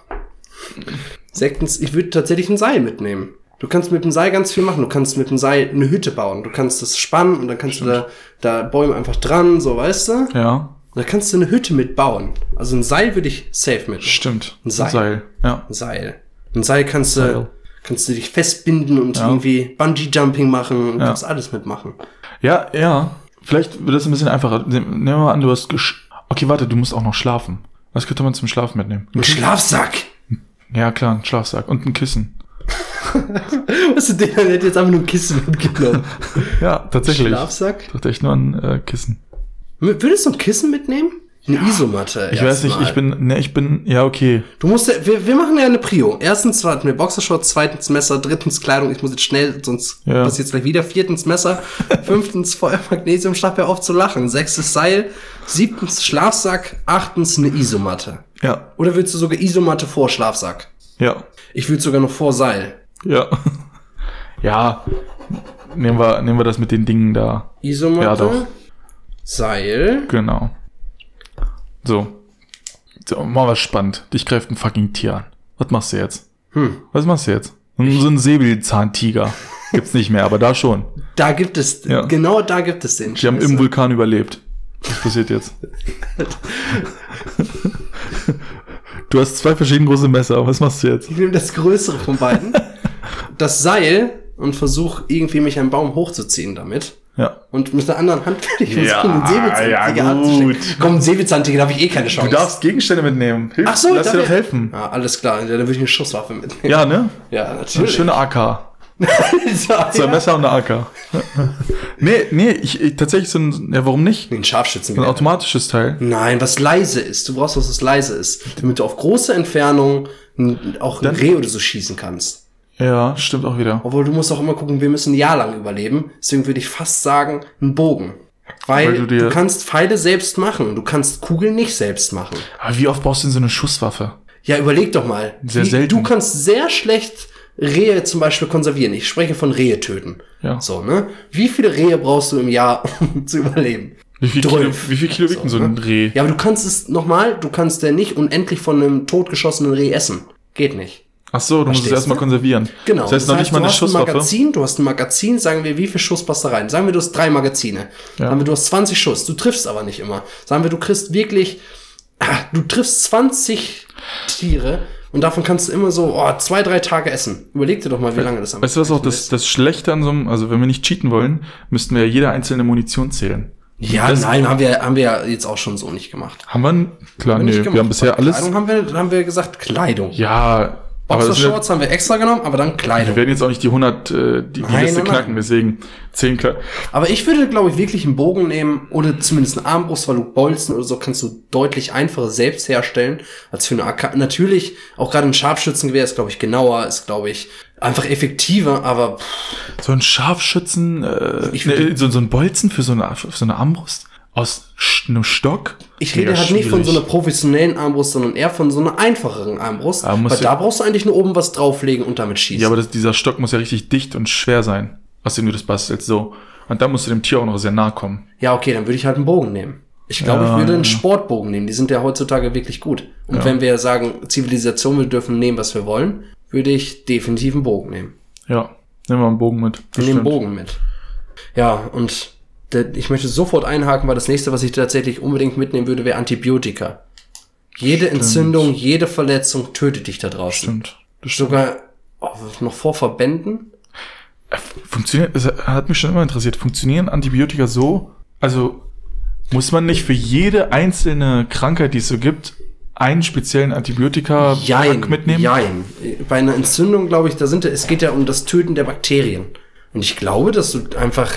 S1: Sechstens, ich würde tatsächlich ein Seil mitnehmen. Du kannst mit dem Seil ganz viel machen. Du kannst mit dem Seil eine Hütte bauen. Du kannst das spannen und dann kannst du da, da Bäume einfach dran, so weißt du. Und
S2: Ja,
S1: da kannst du eine Hütte mitbauen. Also ein Seil würde ich safe mit.
S2: stimmt.
S1: Ein Seil.
S2: Ja.
S1: Ein Seil. Ein Seil kannst du,
S2: Seil.
S1: kannst du dich festbinden und irgendwie Bungee-Jumping machen und kannst alles mitmachen.
S2: Mhm. Ja, ja. Vielleicht wird das ein bisschen einfacher. Nehmen wir mal an, du hast gesch Okay, warte, du musst auch noch schlafen. Was könnte man zum Schlafen mitnehmen?
S1: Ein Schlafsack.
S2: Ja, klar, ein Schlafsack und ein Kissen.
S1: Was ist denn? Der hätte jetzt einfach nur ein Kissen mitgenommen.
S2: Ja, tatsächlich.
S1: Schlafsack?
S2: Ich dachte echt nur an äh, Kissen.
S1: Würdest du ein Kissen mitnehmen? Eine Isomatte.
S2: Ich weiß nicht,
S1: erstmal.
S2: ich bin, ne, ich bin, ja, okay.
S1: Du musst, ja- wir, wir machen ja eine Prio. Erstens hatten wir Boxershorts, zweitens Messer, drittens Kleidung. Ich muss jetzt schnell, sonst
S2: Ja.
S1: passiert's gleich wieder. Viertens Messer, fünftens Feuer, Magnesium, schlag auf zu lachen. Sechstes Seil, siebtens Schlafsack, achtens eine Isomatte.
S2: Ja,
S1: Oder willst du sogar Isomatte vor Schlafsack?
S2: ja.
S1: Ich würde sogar noch vor Seil.
S2: Ja. Ja. Nehmen wir, nehmen wir das mit den Dingen da.
S1: Isomatte,
S2: Ja, doch.
S1: Seil.
S2: Genau. So. So, mal was spannend. Dich greift ein fucking Tier an. Was machst du jetzt?
S1: Hm.
S2: Was machst du jetzt? Hm, So ein Säbelzahntiger. Gibt's nicht mehr, aber da schon.
S1: Da gibt es,
S2: Ja.
S1: genau da gibt es den.
S2: Die haben
S1: Scheiße.
S2: im Vulkan überlebt. Was passiert jetzt? Du hast zwei verschiedene große Messer. Was machst du jetzt?
S1: Ich nehme das Größere von beiden, das Seil und versuche irgendwie mich einen Baum hochzuziehen damit.
S2: Ja.
S1: Und mit der anderen Hand werde ich
S2: Ja,
S1: versuchen, einen Säbelzahntiger
S2: ja,
S1: anzustecken.
S2: gut.
S1: Komm, einen Säbelzahntiger, da habe ich eh keine Chance.
S2: Du darfst Gegenstände mitnehmen. Hilf,
S1: Ach so,
S2: lass
S1: darf
S2: dir doch
S1: ich-
S2: helfen.
S1: Ja, alles klar, ja, dann würde ich eine Schusswaffe mitnehmen.
S2: Ja, ne?
S1: Ja,
S2: Eine
S1: natürlich.
S2: schöne AK.
S1: ja,
S2: So ein
S1: ja.
S2: Messer und eine AK. nee, nee, ich, ich tatsächlich so ein, ja, warum nicht?
S1: Den Scharfschützen
S2: Ein
S1: wieder.
S2: automatisches Teil.
S1: Nein, was leise ist. Du brauchst was, was leise ist. Damit du auf große Entfernung n- auch ein Reh oder so schießen kannst.
S2: Ja, stimmt auch wieder.
S1: Obwohl, du musst auch immer gucken, wir müssen ein Jahr lang überleben. Deswegen würde ich fast sagen, ein Bogen. Weil,
S2: Weil
S1: du,
S2: du dir-
S1: kannst Pfeile selbst machen. Du kannst Kugeln nicht selbst machen.
S2: Aber wie oft brauchst du denn so eine Schusswaffe?
S1: Ja, überleg doch mal.
S2: Sehr
S1: Wie-
S2: selten.
S1: Du kannst sehr schlecht Rehe zum Beispiel konservieren. Ich spreche von Rehe töten.
S2: Ja.
S1: So, ne? Wie viele Rehe brauchst du im Jahr, um zu überleben?
S2: Wie viel Kilo,
S1: Drölf.
S2: wie viel Kilo wiegt denn so ein Reh?
S1: Ja, aber du kannst es nochmal, du kannst ja nicht unendlich von einem totgeschossenen Reh essen. Geht nicht.
S2: Ach so, du musst es
S1: Verstehst
S2: erstmal
S1: du?
S2: konservieren.
S1: Genau.
S2: Das heißt, noch nicht mal
S1: du
S2: eine
S1: hast Ein
S2: Schusswaffe.
S1: Magazin, du hast ein Magazin, sagen wir, wie viel Schuss passt da rein? Sagen wir, du hast drei Magazine.
S2: Ja.
S1: Sagen wir, du hast 20 Schuss. Du triffst aber nicht immer. Sagen wir, du kriegst wirklich, ah, du triffst 20 Tiere und Und davon kannst du immer so oh, zwei, drei Tage essen. Überleg dir doch mal, wie lange das am
S2: Äh, Weißt du, was auch das, das Schlechte an so einem, also wenn wir nicht cheaten wollen, müssten wir ja jede einzelne Munition zählen.
S1: Ja,
S2: das-
S1: nein, haben wir, haben wir jetzt auch schon so nicht gemacht.
S2: Haben wir, n- klar,
S1: Haben wir
S2: nee,
S1: nicht
S2: wir
S1: gemacht.
S2: haben bisher
S1: Bei
S2: alles,
S1: Kleidung haben wir, haben wir gesagt Kleidung.
S2: ja, aber das sind ja-
S1: Boxershorts haben wir extra genommen, aber dann Kleidung.
S2: wir werden jetzt auch nicht die 100, äh, die, die
S1: Nein,
S2: Liste
S1: nein,
S2: knacken,
S1: nein.
S2: deswegen 10 Kle
S1: Aber ich würde, glaube ich, wirklich einen Bogen nehmen oder zumindest einen Armbrust, weil du Bolzen oder so kannst du deutlich einfacher selbst herstellen als für eine AK. Natürlich, auch gerade ein Scharfschützengewehr ist, glaube ich, genauer, ist, glaube ich, einfach effektiver, aber pff,
S2: So ein Scharfschützen, äh,
S1: Ich
S2: ne,
S1: würd-
S2: so, so ein Bolzen für so eine, für so eine Armbrust aus Sch- einem Stock.
S1: ich rede
S2: Mega
S1: halt nicht von so einer
S2: schwierig.
S1: professionellen Armbrust, sondern eher von so einer einfacheren Armbrust.
S2: Aber musst
S1: Weil
S2: du-
S1: da brauchst du eigentlich nur oben was drauflegen und damit schießen.
S2: Ja, aber das, dieser Stock muss ja richtig dicht und schwer sein, aus dem du das bastelst, so. Und da musst du dem Tier auch noch sehr nahe kommen.
S1: Ja, okay, dann würde ich halt einen Bogen nehmen. Ich glaube,
S2: Ja,
S1: ich würde einen
S2: ja.
S1: Sportbogen nehmen. Die sind ja heutzutage wirklich gut. Und
S2: Ah. Ja.
S1: wenn wir sagen, Zivilisation, wir dürfen nehmen, was wir wollen, würde ich definitiv einen Bogen nehmen.
S2: Ja, nehmen wir einen Bogen mit.
S1: Wir nehmen
S2: Bestimmt.
S1: Bogen mit. Ja, und der, ich möchte sofort einhaken, weil das nächste, was ich tatsächlich unbedingt mitnehmen würde, wäre Antibiotika. Jede Entzündung, jede Verletzung tötet dich da draußen.
S2: Stimmt. Das stimmt.
S1: Sogar oh, noch vor Verbänden?
S2: Funktioniert, es Äh, hat mich schon immer interessiert. Funktionieren Antibiotika so? Also, muss man nicht für jede einzelne Krankheit, die es so gibt, einen speziellen antibiotika
S1: Jein.
S2: mitnehmen?
S1: Jein. Bei einer Entzündung, glaube ich, da sind, es geht ja um das Töten der Bakterien. Und ich glaube, dass du einfach,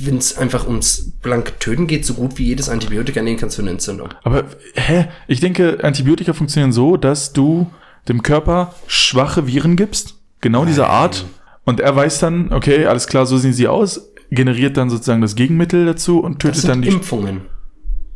S1: wenn es einfach ums blank Töten geht, so gut wie jedes Antibiotika nehmen kannst für eine Entzündung.
S2: Aber hä? Ich denke, Antibiotika funktionieren so, dass du dem Körper schwache Viren gibst, genau dieser Art, und er weiß dann, okay, alles klar, so sehen sie aus, generiert dann sozusagen das Gegenmittel dazu und
S1: Das
S2: tötet
S1: sind
S2: dann die.
S1: Impfungen.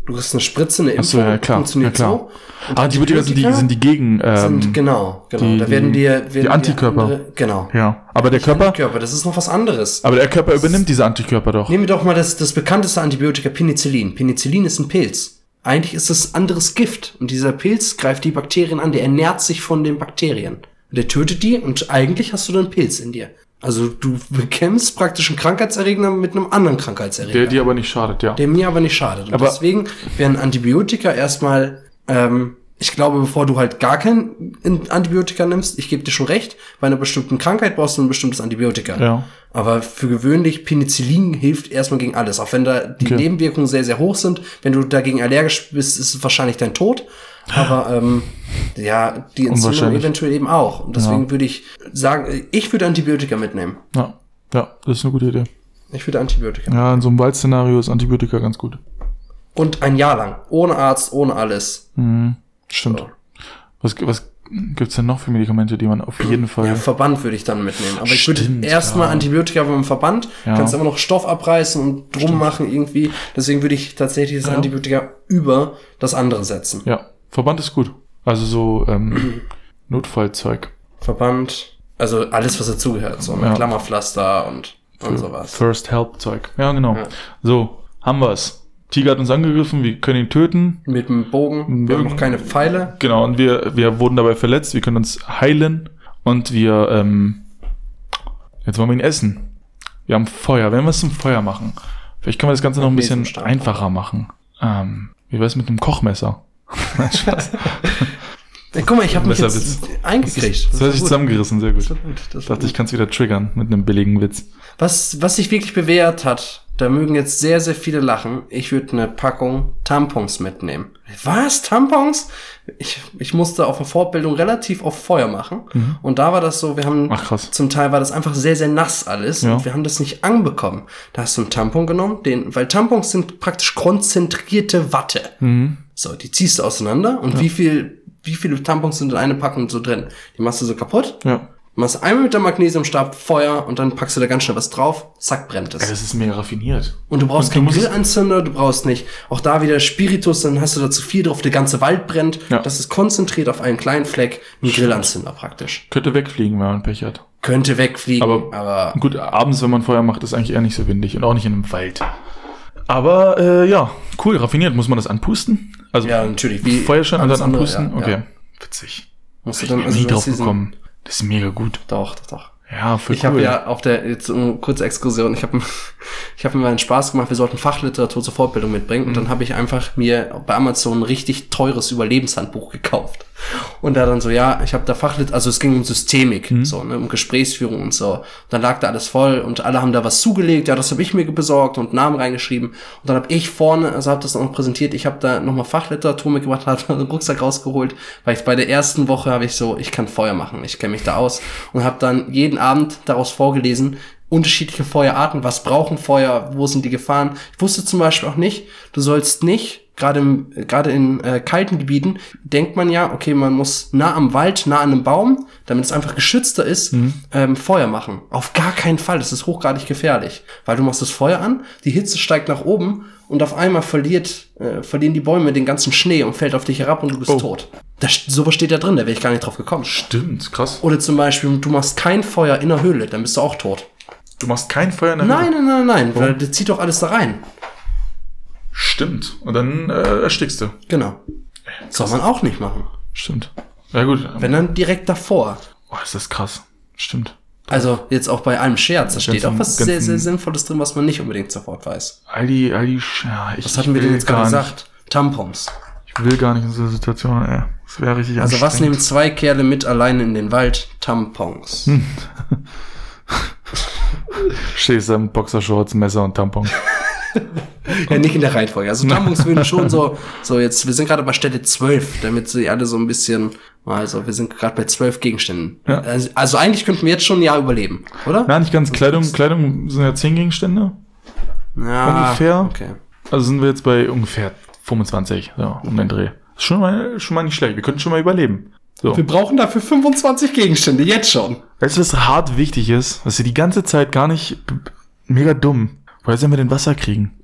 S1: Du kriegst eine Spritze, eine Impfung,
S2: Achso, ja klar, ja
S1: funktioniert
S2: klar.
S1: so. Und
S2: Antibiotika sind die, sind die Gegen. Ähm,
S1: sind- genau, genau.
S2: die-
S1: da werden dir
S2: die
S1: werden dir
S2: Antikörper.
S1: andere- genau.
S2: ja, aber der Körper,
S1: Antikörper, das ist noch was anderes.
S2: aber der Körper übernimmt diese Antikörper doch.
S1: Nehmen wir doch mal das, das bekannteste Antibiotika Penicillin. Penicillin ist ein Pilz. Eigentlich ist es anderes Gift. Und dieser Pilz greift die Bakterien an. Der ernährt sich von den Bakterien. Und der tötet die und eigentlich hast du dann einen Pilz in dir. Also du bekämpfst praktisch einen Krankheitserreger mit einem anderen Krankheitserreger.
S2: Der dir aber nicht schadet, ja.
S1: der mir aber nicht schadet. Und
S2: Aber-
S1: deswegen wären Antibiotika erstmal, ähm, ich glaube, bevor du halt gar kein In- Antibiotika nimmst, ich gebe dir schon recht, bei einer bestimmten Krankheit brauchst du ein bestimmtes Antibiotika.
S2: Ja.
S1: Aber für gewöhnlich Penicillin hilft erstmal gegen alles, auch wenn da die
S2: Okay.
S1: Nebenwirkungen sehr, sehr hoch sind. Wenn du dagegen allergisch bist, ist es wahrscheinlich dein Tod. Aber ähm, ja, die Entzündung
S2: Unwahrscheinlich.
S1: eventuell eben auch. Und deswegen würde ich sagen, ich würde Antibiotika mitnehmen.
S2: ja. Ja, das ist eine gute Idee.
S1: Ich würde Antibiotika.
S2: Ja, in so einem Waldszenario ist Antibiotika ganz gut.
S1: Und ein Jahr lang. Ohne Arzt, ohne alles.
S2: Mhm. Stimmt.
S1: So.
S2: Was, was gibt's denn noch für Medikamente, die man auf jeden Fall.
S1: Ja, Verband würde ich dann mitnehmen. Aber ich
S2: Stimmt,
S1: würde erstmal
S2: ja.
S1: Antibiotika vom Verband,
S2: Ja.
S1: kannst immer noch Stoff abreißen und drum machen irgendwie. Deswegen würde ich tatsächlich das
S2: Ja.
S1: Antibiotika über das andere setzen.
S2: Ja, Verband ist gut. Also so ähm, Notfallzeug.
S1: Verband, also alles, was dazugehört, so mit
S2: Ja.
S1: Klammerpflaster und, und sowas.
S2: First Help Zeug. Ja, genau.
S1: Also Ja.
S2: So, haben wir's. Tiger hat uns angegriffen, wir können ihn töten.
S1: Mit dem Bogen, wir haben
S2: Bogen.
S1: noch keine Pfeile.
S2: Genau, und wir, wir wurden dabei verletzt, wir können uns heilen und wir, ähm, jetzt wollen wir ihn essen. Wir haben Feuer, wenn wir es zum Feuer machen. Vielleicht können wir das Ganze noch ein bisschen
S1: Besenstiel.
S2: einfacher machen. Ähm, wie wär's mit einem Kochmesser? Nein, Spaß.
S1: Ey, guck mal, ich habe mich
S2: Besser
S1: jetzt
S2: Das, ist-
S1: eingekriegt.
S2: das hat sich
S1: war gut.
S2: zusammengerissen, sehr gut.
S1: Das war gut, das
S2: Ich
S1: war
S2: dachte, ich kann es wieder triggern mit einem billigen Witz.
S1: Was, was sich wirklich bewährt hat, da mögen jetzt sehr, sehr viele lachen. Ich würde eine Packung Tampons mitnehmen. Was? Tampons? Ich, ich musste auf der Fortbildung relativ oft Feuer machen. Und da war das so, wir haben,
S2: Mhm. Ach, krass.
S1: zum Teil war das einfach sehr, sehr nass alles.
S2: Ja.
S1: Und wir haben das nicht anbekommen. Da hast du einen Tampon genommen, den, weil Tampons sind praktisch konzentrierte Watte. So, die ziehst du auseinander. Und wie viel, wie viele Tampons sind in einer Packung so drin? Die machst du so kaputt.
S2: Ja.
S1: Machst einmal mit der Magnesiumstab Feuer und dann packst du da ganz schnell was drauf, zack, brennt es.
S2: Das ist mega raffiniert.
S1: Und du brauchst
S2: Und du
S1: keinen
S2: musst-
S1: Grillanzünder, du brauchst nicht auch da wieder Spiritus, dann hast du da zu viel drauf, der ganze Wald brennt.
S2: Ja.
S1: Das ist konzentriert auf einen kleinen Fleck, ein Grillanzünder praktisch.
S2: Könnte wegfliegen, wenn man Pech hat.
S1: Könnte wegfliegen,
S2: Aber-
S1: aber,
S2: Gut, abends, wenn man Feuer macht, ist eigentlich eher nicht so windig und auch nicht in einem Wald. Aber äh, ja, cool, raffiniert. Muss man das anpusten? Also
S1: ja, natürlich. Wie
S2: Feuerschein und
S1: alles
S2: dann
S1: andere,
S2: anpusten?
S1: ja,
S2: okay,
S1: Ja.
S2: witzig.
S1: Musst du
S2: Ich
S1: dann,
S2: bin
S1: also
S2: nie
S1: du hast
S2: drauf
S1: diesen-
S2: gekommen. Das ist mega gut.
S1: Doch, doch, doch.
S2: Ja, voll
S1: Ich
S2: cool.
S1: habe ja auf der, jetzt um, kurze Exkursion, ich habe ich hab mir mal einen Spaß gemacht, wir sollten Fachliteratur
S2: Mhm.
S1: zur Fortbildung mitbringen und dann habe ich einfach mir bei Amazon ein richtig teures Überlebenshandbuch gekauft. Und da dann so, ja, ich habe da Fachlit, also es ging um Systemik,
S2: Mhm.
S1: so, ne, um Gesprächsführung und so. Dann lag da alles voll und alle haben da was zugelegt, ja, das habe ich mir besorgt und Namen reingeschrieben. Und dann habe ich vorne, also habe das noch präsentiert, ich habe da nochmal Fachliteratur mitgebracht, habe einen Rucksack rausgeholt, weil ich bei der ersten Woche habe ich so, ich kann Feuer machen, ich kenne mich da aus und habe dann jeden Abend daraus vorgelesen, unterschiedliche Feuerarten, was brauchen Feuer, wo sind die Gefahren. Ich wusste zum Beispiel auch nicht, du sollst nicht, gerade im- gerade in äh, kalten Gebieten, denkt man ja, okay, man muss nah am Wald, nah an einem Baum, damit es einfach geschützter ist, ähm, Feuer machen. Auf gar keinen Fall, das ist hochgradig gefährlich, weil du machst das Feuer an, die Hitze steigt nach oben und auf einmal verliert, äh, verlieren die Bäume den ganzen Schnee und fällt auf dich herab und du bist
S2: Oh.
S1: tot. Das, sowas steht da drin, da wäre ich gar nicht drauf gekommen.
S2: Stimmt, krass.
S1: Oder zum Beispiel, du machst kein Feuer in der Höhle, dann bist du auch tot.
S2: Du machst kein Feuer in der
S1: Nein,
S2: Höhle.
S1: nein, nein, nein, weil das zieht doch alles da rein.
S2: Stimmt. Und dann äh, erstickst du.
S1: Genau. Soll man auch nicht machen.
S2: Stimmt. Ja gut.
S1: Wenn dann direkt davor.
S2: oh, ist das krass. Stimmt.
S1: Also jetzt auch bei einem Scherz, da steht auch was
S2: ganzen-
S1: sehr, sehr Sinnvolles drin, was man nicht unbedingt sofort weiß.
S2: All die, all die, Sch- ja, ich,
S1: Was hatten
S2: ich
S1: wir
S2: will
S1: denn jetzt gerade
S2: gar
S1: gesagt? Tampons.
S2: Nicht, ich will gar nicht in so eine Situation, ey. Das wäre richtig
S1: Also was
S2: anstrengend.
S1: nehmen zwei Kerle mit alleine in den Wald? Tampons.
S2: Stehst da mit Boxershorts, Messer und Tampon.
S1: Ja, nicht in der Reihenfolge. Also Tampons würden schon so, so jetzt, wir sind gerade bei Stelle 12, damit sie alle so ein bisschen, also wir sind gerade bei 12 Gegenständen.
S2: Ja.
S1: Also, also eigentlich könnten wir jetzt schon ein Jahr überleben, oder?
S2: Na, nicht ganz. Kleidung, Kleidung sind ja 10 Gegenstände.
S1: Ja,
S2: ungefähr.
S1: Okay.
S2: Also sind wir jetzt bei ungefähr 25, so, um den Dreh. Ist Schon mal, schon mal nicht schlecht. Wir könnten schon mal überleben. So.
S1: Wir brauchen dafür 25 Gegenstände, jetzt schon.
S2: Weißt du, was hart wichtig ist? Dass sie die ganze Zeit gar nicht b- b- mega dumm. Woher sollen wir denn Wasser kriegen?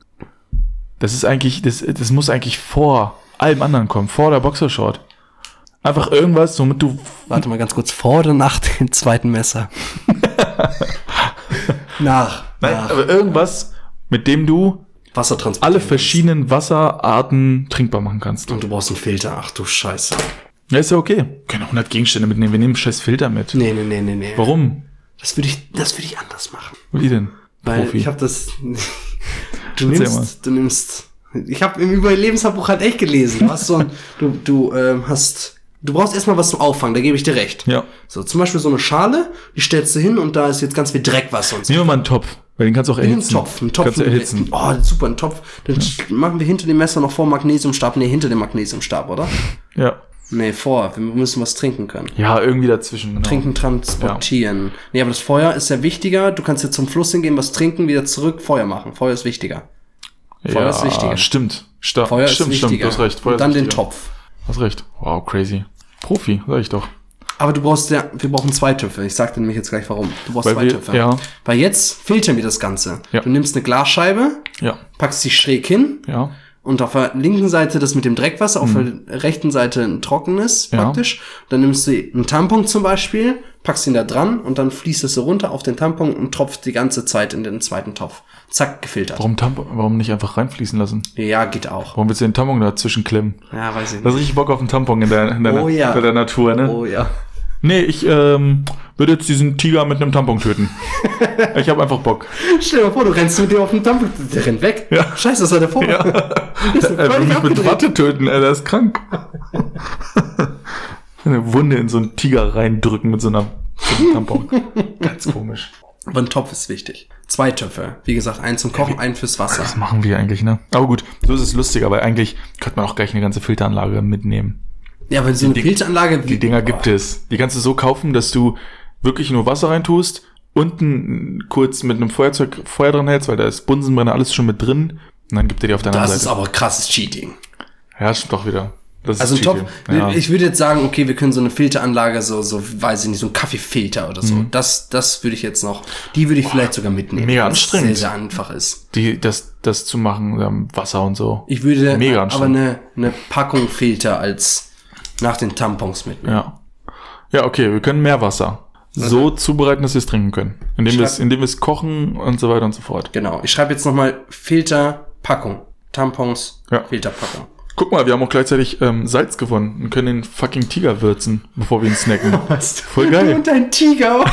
S2: Das ist eigentlich, das, das muss eigentlich vor allem anderen kommen, vor der Boxershort. Einfach irgendwas, womit du.
S1: Warte mal ganz kurz, vor oder nach dem zweiten Messer? nach.
S2: Nein,
S1: nach.
S2: aber irgendwas, mit dem du
S1: Wasser transportieren.
S2: alle
S1: kannst.
S2: verschiedenen Wasserarten trinkbar machen kannst.
S1: Und du brauchst einen Filter, ach du Scheiße.
S2: Ja, ist ja okay. Wir können auch 100 Gegenstände mitnehmen. Wir nehmen einen scheiß Filter mit.
S1: Nee, nee, nee, nee, nee.
S2: Warum?
S1: Das würde ich, das würde ich anders machen.
S2: Wie denn?
S1: Weil ich habe das. Du
S2: Erzähl
S1: nimmst, du nimmst. Ich habe im Überlebenshandbuch halt echt gelesen. Du hast so ein, du, du ähm, hast, du brauchst erstmal was zum Auffangen. Da gebe ich dir recht.
S2: Ja.
S1: So zum Beispiel so eine Schale, die stellst du hin und da ist jetzt ganz viel Dreckwasser und so.
S2: Nehmen wir mal einen Topf, weil den kannst du auch
S1: Ein
S2: erhitzen.
S1: Topf, ein Topf.
S2: Kannst du
S1: mit-
S2: erhitzen.
S1: Oh, super, ein Topf. Dann sch- machen wir hinter dem Messer noch vor Magnesiumstab. Nee, hinter dem Magnesiumstab, oder?
S2: Ja.
S1: Nee, vor. Wir müssen was trinken können.
S2: Ja, irgendwie dazwischen. Genau.
S1: Trinken transportieren. Nee, aber das Feuer ist ja wichtiger. Du kannst jetzt zum Fluss hingehen, was trinken, wieder zurück, Feuer machen. Feuer ist wichtiger. Feuer
S2: ja,
S1: ist wichtiger.
S2: Stimmt. Sta
S1: Feuer
S2: stimmt,
S1: ist
S2: stimmt, du
S1: wichtiger.
S2: hast recht. Feuer
S1: Und dann
S2: ist
S1: den
S2: wichtiger.
S1: Topf.
S2: Hast recht. Wow, crazy. Profi, sag ich doch.
S1: Aber du brauchst ja, wir brauchen zwei Töpfe. Ich sag dir nämlich jetzt gleich warum. Du brauchst
S2: Weil
S1: zwei
S2: wir-
S1: Töpfe.
S2: ja.
S1: Weil jetzt filtern wir das Ganze.
S2: Ja.
S1: Du nimmst eine Glasscheibe,
S2: Ja.
S1: packst sie schräg hin,
S2: Ja.
S1: Und auf der linken Seite das mit dem Dreckwasser, auf der rechten Seite ein trockenes
S2: Mhm. Ja.
S1: praktisch. Dann nimmst du einen Tampon zum Beispiel, packst ihn da dran und dann fließt es so runter auf den Tampon und tropft die ganze Zeit in den zweiten Topf. Zack, gefiltert.
S2: Warum, Tampon, warum nicht einfach reinfließen lassen?
S1: Ja, geht auch.
S2: Warum willst du den Tampon dazwischen klemmen?
S1: Ja, weiß ich
S2: Du hast
S1: nicht.
S2: richtig Bock auf einen Tampon in deiner, in deiner,
S1: Oh ja.
S2: bei der Natur, ne?
S1: Oh ja.
S2: Nee, ich ähm, würde jetzt diesen Tiger mit einem Tampon töten. ich habe einfach Bock.
S1: Stell dir mal vor, du rennst mit dir auf den Tampon, der rennt weg.
S2: Ja.
S1: Scheiße, was hat er vor?
S2: Ja.
S1: Ist
S2: Er will
S1: völlig
S2: Äh, mich mit
S1: abgedreht.
S2: Watte töten, ey, der ist krank. Eine Wunde in so einen Tiger reindrücken mit so einer so einem Tampon. Ganz komisch.
S1: Aber ein Topf ist wichtig. Zwei Töpfe. Wie gesagt, einen zum Kochen, einen fürs Wasser.
S2: Was machen wir eigentlich, ne? Aber gut, so ist es lustiger, weil eigentlich könnte man auch gleich eine ganze Filteranlage mitnehmen.
S1: Ja, wenn so eine
S2: Ding-
S1: Filteranlage...
S2: Die Dinger gibt es. Die kannst du so kaufen, dass du wirklich nur Wasser reintust, unten kurz mit einem Feuerzeug Feuer dran hältst, weil da ist Bunsenbrenner alles schon mit drin. Und dann gibt er die auf der anderen
S1: Oh, Das ist
S2: Seite.
S1: aber krasses Cheating.
S2: Ja, stimmt doch wieder. Das
S1: Also ein
S2: ist
S1: Topf.
S2: Cheating. Ja.
S1: Ich würde jetzt sagen, okay, wir können so eine Filteranlage, so, so, weiß ich nicht, so ein Kaffeefilter oder so. Das, das würde ich jetzt noch, die würde ich vielleicht sogar mitnehmen.
S2: Mhm. mega
S1: weil's
S2: anstrengend.
S1: Sehr, sehr einfach ist.
S2: die, das, das zu machen, ähm, Wasser und so.
S1: Ich würde
S2: Mega
S1: aber
S2: anstrengend.
S1: eine, eine Packung Filter als nach den Tampons mitnehmen.
S2: ja. Ja, okay, wir können mehr Wasser
S1: Also-
S2: so zubereiten, dass wir es trinken können. Indem wir es,
S1: Schreib-
S2: indem wir es kochen und so weiter und so fort.
S1: Genau. Ich schreibe jetzt nochmal Filterpackung. Tampons,
S2: Ja.
S1: Filterpackung.
S2: Guck mal, wir haben auch gleichzeitig ähm, Salz gewonnen und können den fucking Tiger würzen, bevor wir ihn snacken.
S1: Was?
S2: Voll geil.
S1: Und ein Tiger.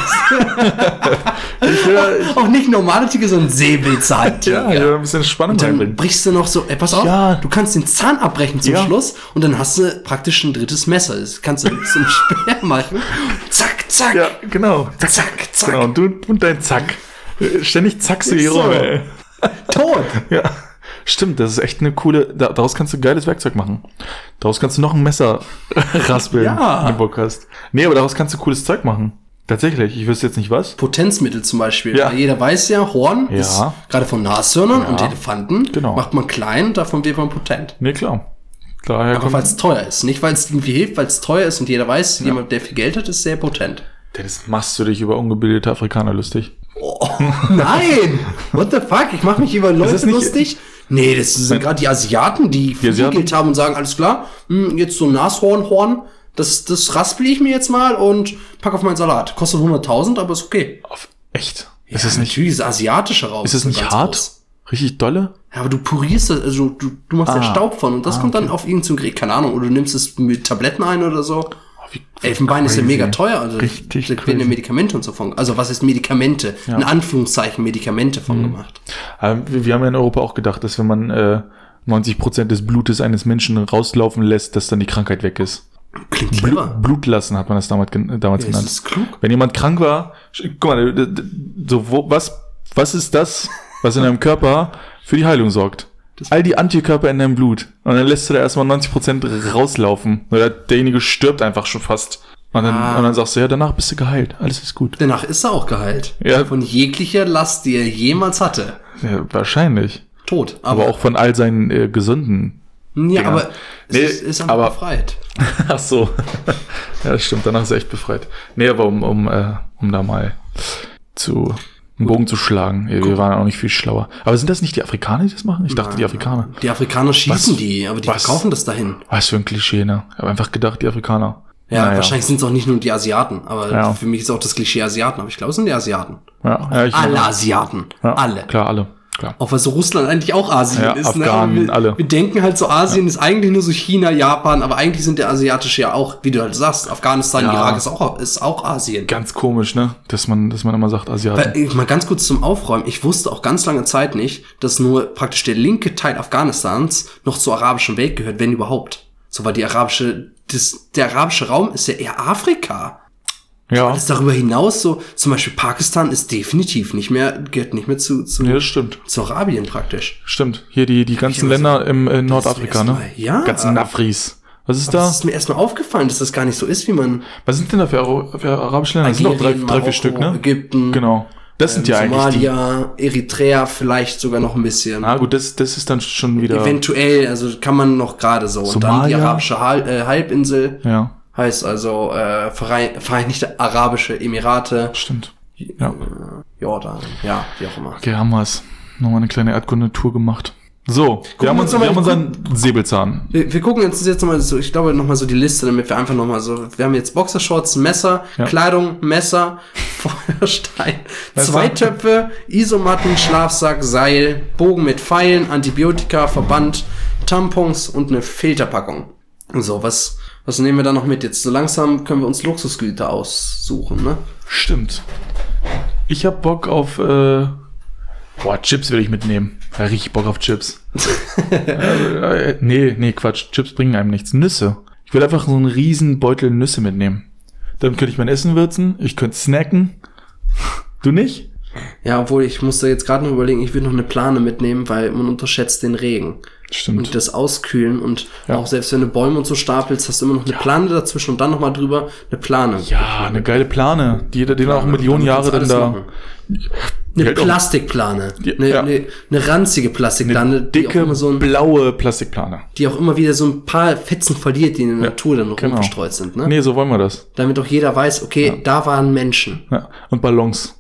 S1: auch, auch nicht ein normaler Tiger, sondern ein Säbelzahntiger.
S2: Ja, ja, ein bisschen Spannung
S1: Und dann
S2: reinbringen.
S1: brichst du noch so, ey, pass auf,
S2: Ja.
S1: du kannst den Zahn abbrechen zum
S2: Ja.
S1: Schluss und dann hast du praktisch ein drittes Messer. Das kannst du zum Speer machen. Zack, zack.
S2: Ja, genau. Zack,
S1: Zack, zack.
S2: Genau, und, du, und dein Zack. Äh, Ständig zackst du hier
S1: So.
S2: rum, ey.
S1: Tot.
S2: Ja. Stimmt, das ist echt eine coole. Da, daraus kannst du geiles Werkzeug machen. Daraus kannst du noch ein Messer raspeln,
S1: Ja.
S2: wenn du Bock hast. Nee, aber daraus kannst du cooles Zeug machen. Tatsächlich, ich wüsste jetzt nicht was.
S1: Potenzmittel zum Beispiel.
S2: Ja.
S1: Weil Jeder weiß ja, Horn
S2: Ja.
S1: ist gerade von Nashörnern und Elefanten.
S2: Genau.
S1: Macht man klein und davon wird man potent.
S2: Nee, klar. Daher
S1: Aber weil es teuer ist. Nicht, weil es irgendwie hilft, weil es teuer ist und jeder weiß, jemand, der viel Geld hat, ist sehr potent.
S2: Das machst du dich über ungebildete Afrikaner lustig.
S1: Oh, Nein! What the fuck? Ich mache mich über
S2: ist
S1: Leute
S2: nicht-
S1: lustig? Nee, das sind gerade die Asiaten, die
S2: Asiaten?
S1: verwickelt haben und sagen, alles klar, hm, jetzt so ein Nashornhorn, das, das raspel ich mir jetzt mal und pack auf meinen Salat. Kostet 100.000, aber ist okay.
S2: Auf echt? ist das nicht,
S1: Natürlich ist asiatische Raum.
S2: ist das nicht hart? Richtig dolle?
S1: Ja, aber du purierst das, also du, du machst
S2: Ah.
S1: den Staub von und das kommt dann auf irgendein Gerät, keine Ahnung, oder du nimmst es mit Tabletten ein oder so.
S2: Oh, wie-
S1: Elfenbein ist ja
S2: crazy.
S1: mega teuer, also
S2: Richtig
S1: da
S2: crazy.
S1: werden ja Medikamente und so von, also was ist Medikamente? In Anführungszeichen Medikamente
S2: Mhm.
S1: von gemacht.
S2: Ähm, wir, wir haben ja in Europa auch gedacht, dass wenn man äh, 90% des Blutes eines Menschen rauslaufen lässt, dass dann die Krankheit weg ist.
S1: Klingt clever.
S2: Blut lassen hat man das damals, gen damals
S1: Das
S2: genannt.
S1: ist klug.
S2: Wenn jemand krank war, sch- guck mal, d- d- so, wo, was, was ist das, was in deinem Körper für die Heilung sorgt? All die Antikörper in deinem Blut. Und dann lässt du da erstmal 90% rauslaufen. Oder derjenige stirbt einfach schon fast. Und dann,
S1: Ah.
S2: und dann sagst du, ja, danach bist du geheilt. Alles ist gut.
S1: Danach ist er auch geheilt.
S2: Ja.
S1: Von jeglicher Last, die er jemals hatte.
S2: Ja, wahrscheinlich.
S1: Tot.
S2: Aber auch von all seinen äh, gesunden.
S1: Ja,
S2: Digga.
S1: aber es
S2: Nee,
S1: ist, ist einfach
S2: aber-
S1: befreit.
S2: Ach so. ja, das stimmt. Danach ist er echt befreit. Nee, aber um, um, äh, um da mal zu, einen Bogen zu schlagen. Wir wir waren auch nicht viel schlauer. Aber sind das nicht die Afrikaner, die das machen? Ich dachte, die Afrikaner.
S1: Die Afrikaner schießen
S2: Was?
S1: die, aber die
S2: Was?
S1: verkaufen das dahin.
S2: Was für ein Klischee, ne? Ich habe einfach gedacht, die Afrikaner.
S1: Ja,
S2: Naja.
S1: wahrscheinlich sind es auch nicht nur die Asiaten, aber
S2: Ja.
S1: für mich ist auch das Klischee Asiaten, aber ich glaube, es sind die Asiaten.
S2: Ja, ja, ich
S1: Alle Asiaten.
S2: ja,
S1: Alle.
S2: Klar, alle. Klar.
S1: Auch weil so Russland eigentlich auch Asien
S2: Ja,
S1: ist.
S2: Afghanen,
S1: ne? Aber wir,
S2: alle.
S1: Wir denken halt so, Asien ist eigentlich nur so China, Japan, aber eigentlich sind der asiatische ja auch, wie du halt sagst, Afghanistan,
S2: Ja.
S1: Irak ist auch, ist auch Asien.
S2: Ganz komisch, ne? Dass man, dass man immer sagt, Asiaten.
S1: Weil, äh, mal ganz kurz zum Aufräumen. Ich wusste auch ganz lange Zeit nicht, dass nur praktisch der linke Teil Afghanistans noch zur arabischen Welt gehört, wenn überhaupt. So war die arabische, das, der arabische Raum ist ja eher Afrika.
S2: ja.
S1: Alles darüber hinaus so, zum Beispiel Pakistan ist definitiv nicht mehr, gehört nicht mehr zu, zu,
S2: ja, das stimmt.
S1: zu Arabien praktisch.
S2: Stimmt. Hier die, die ganzen
S1: Ich hab
S2: Länder im äh,
S1: ist
S2: Nordafrika, ne?
S1: erstmal- ja.
S2: Ganzen Nafris. Was ist
S1: Das
S2: da?
S1: ist mir erstmal aufgefallen, dass das gar nicht so ist, wie man.
S2: Was sind denn da für, Ara- für arabische Länder? Das sind doch drei,
S1: Algerien,
S2: drei, vier
S1: Marokko,
S2: Stück, ne?
S1: Ägypten,
S2: Genau. Das sind ja eigentlich die.
S1: Ähm, Somalia, Eritrea vielleicht sogar noch ein bisschen.
S2: Na gut, das, das ist dann schon wieder.
S1: Eventuell, also kann man noch gerade so. Und dann die
S2: Somalia?
S1: arabische Hal äh, Halbinsel.
S2: Ja,
S1: Heißt also äh, Verei Vereinigte Arabische Emirate,
S2: stimmt. Ja.
S1: Jordan, ja, wie auch immer.
S2: Okay, haben wir's. Nochmal eine kleine Erdkundetour gemacht. So, wir
S1: wir
S2: haben,
S1: uns
S2: uns,
S1: noch mal
S2: wir haben
S1: die
S2: unseren Säbelzahn.
S1: Wir, wir gucken uns jetzt nochmal so, ich glaube nochmal so die Liste, damit wir einfach nochmal so, wir haben jetzt Boxershorts, Messer,
S2: Ja.
S1: Kleidung, Messer, Feuerstein,
S2: Messer.
S1: zwei Töpfe, Isomatten, Schlafsack, Seil, Bogen mit Pfeilen, Antibiotika, Verband, Tampons und eine Filterpackung. So, was, was nehmen wir da noch mit jetzt? So langsam können wir uns Luxusgüter aussuchen, ne?
S2: Stimmt. Ich hab Bock auf. Äh, boah, Chips will ich mitnehmen. Da riech ich Bock auf Chips. äh, äh, nee, nee, Quatsch. Chips bringen einem nichts. Nüsse. Ich will einfach so einen riesen Beutel Nüsse mitnehmen. Dann könnte ich mein Essen würzen, ich könnte snacken. Du nicht?
S1: Ja, obwohl ich musste jetzt gerade noch überlegen, ich will noch eine Plane mitnehmen, weil man unterschätzt den Regen und
S2: Stimmt.
S1: das Auskühlen und
S2: Ja.
S1: auch selbst wenn du Bäume und so stapelst, hast du immer noch eine Plane dazwischen und dann nochmal drüber eine Plane.
S2: Ja, eine geile Plane. Die jeder, den auch
S1: Plane,
S2: Millionen
S1: damit kannst
S2: Jahre
S1: du
S2: dann
S1: alles
S2: da.
S1: machen. Eine
S2: hält auch-
S1: Plastikplane.
S2: Die-
S1: Eine,
S2: ja.
S1: eine, eine ranzige Plastikplane,
S2: Eine
S1: die, auch
S2: dicke,
S1: immer so ein,
S2: blaue Plastikplane.
S1: die auch immer wieder so ein paar Fetzen verliert, die in der Natur dann
S2: genau.
S1: rumgestreut sind. Ne?
S2: Nee, so wollen wir das.
S1: Damit auch jeder weiß, okay, da waren Menschen.
S2: Ja. Und Ballons.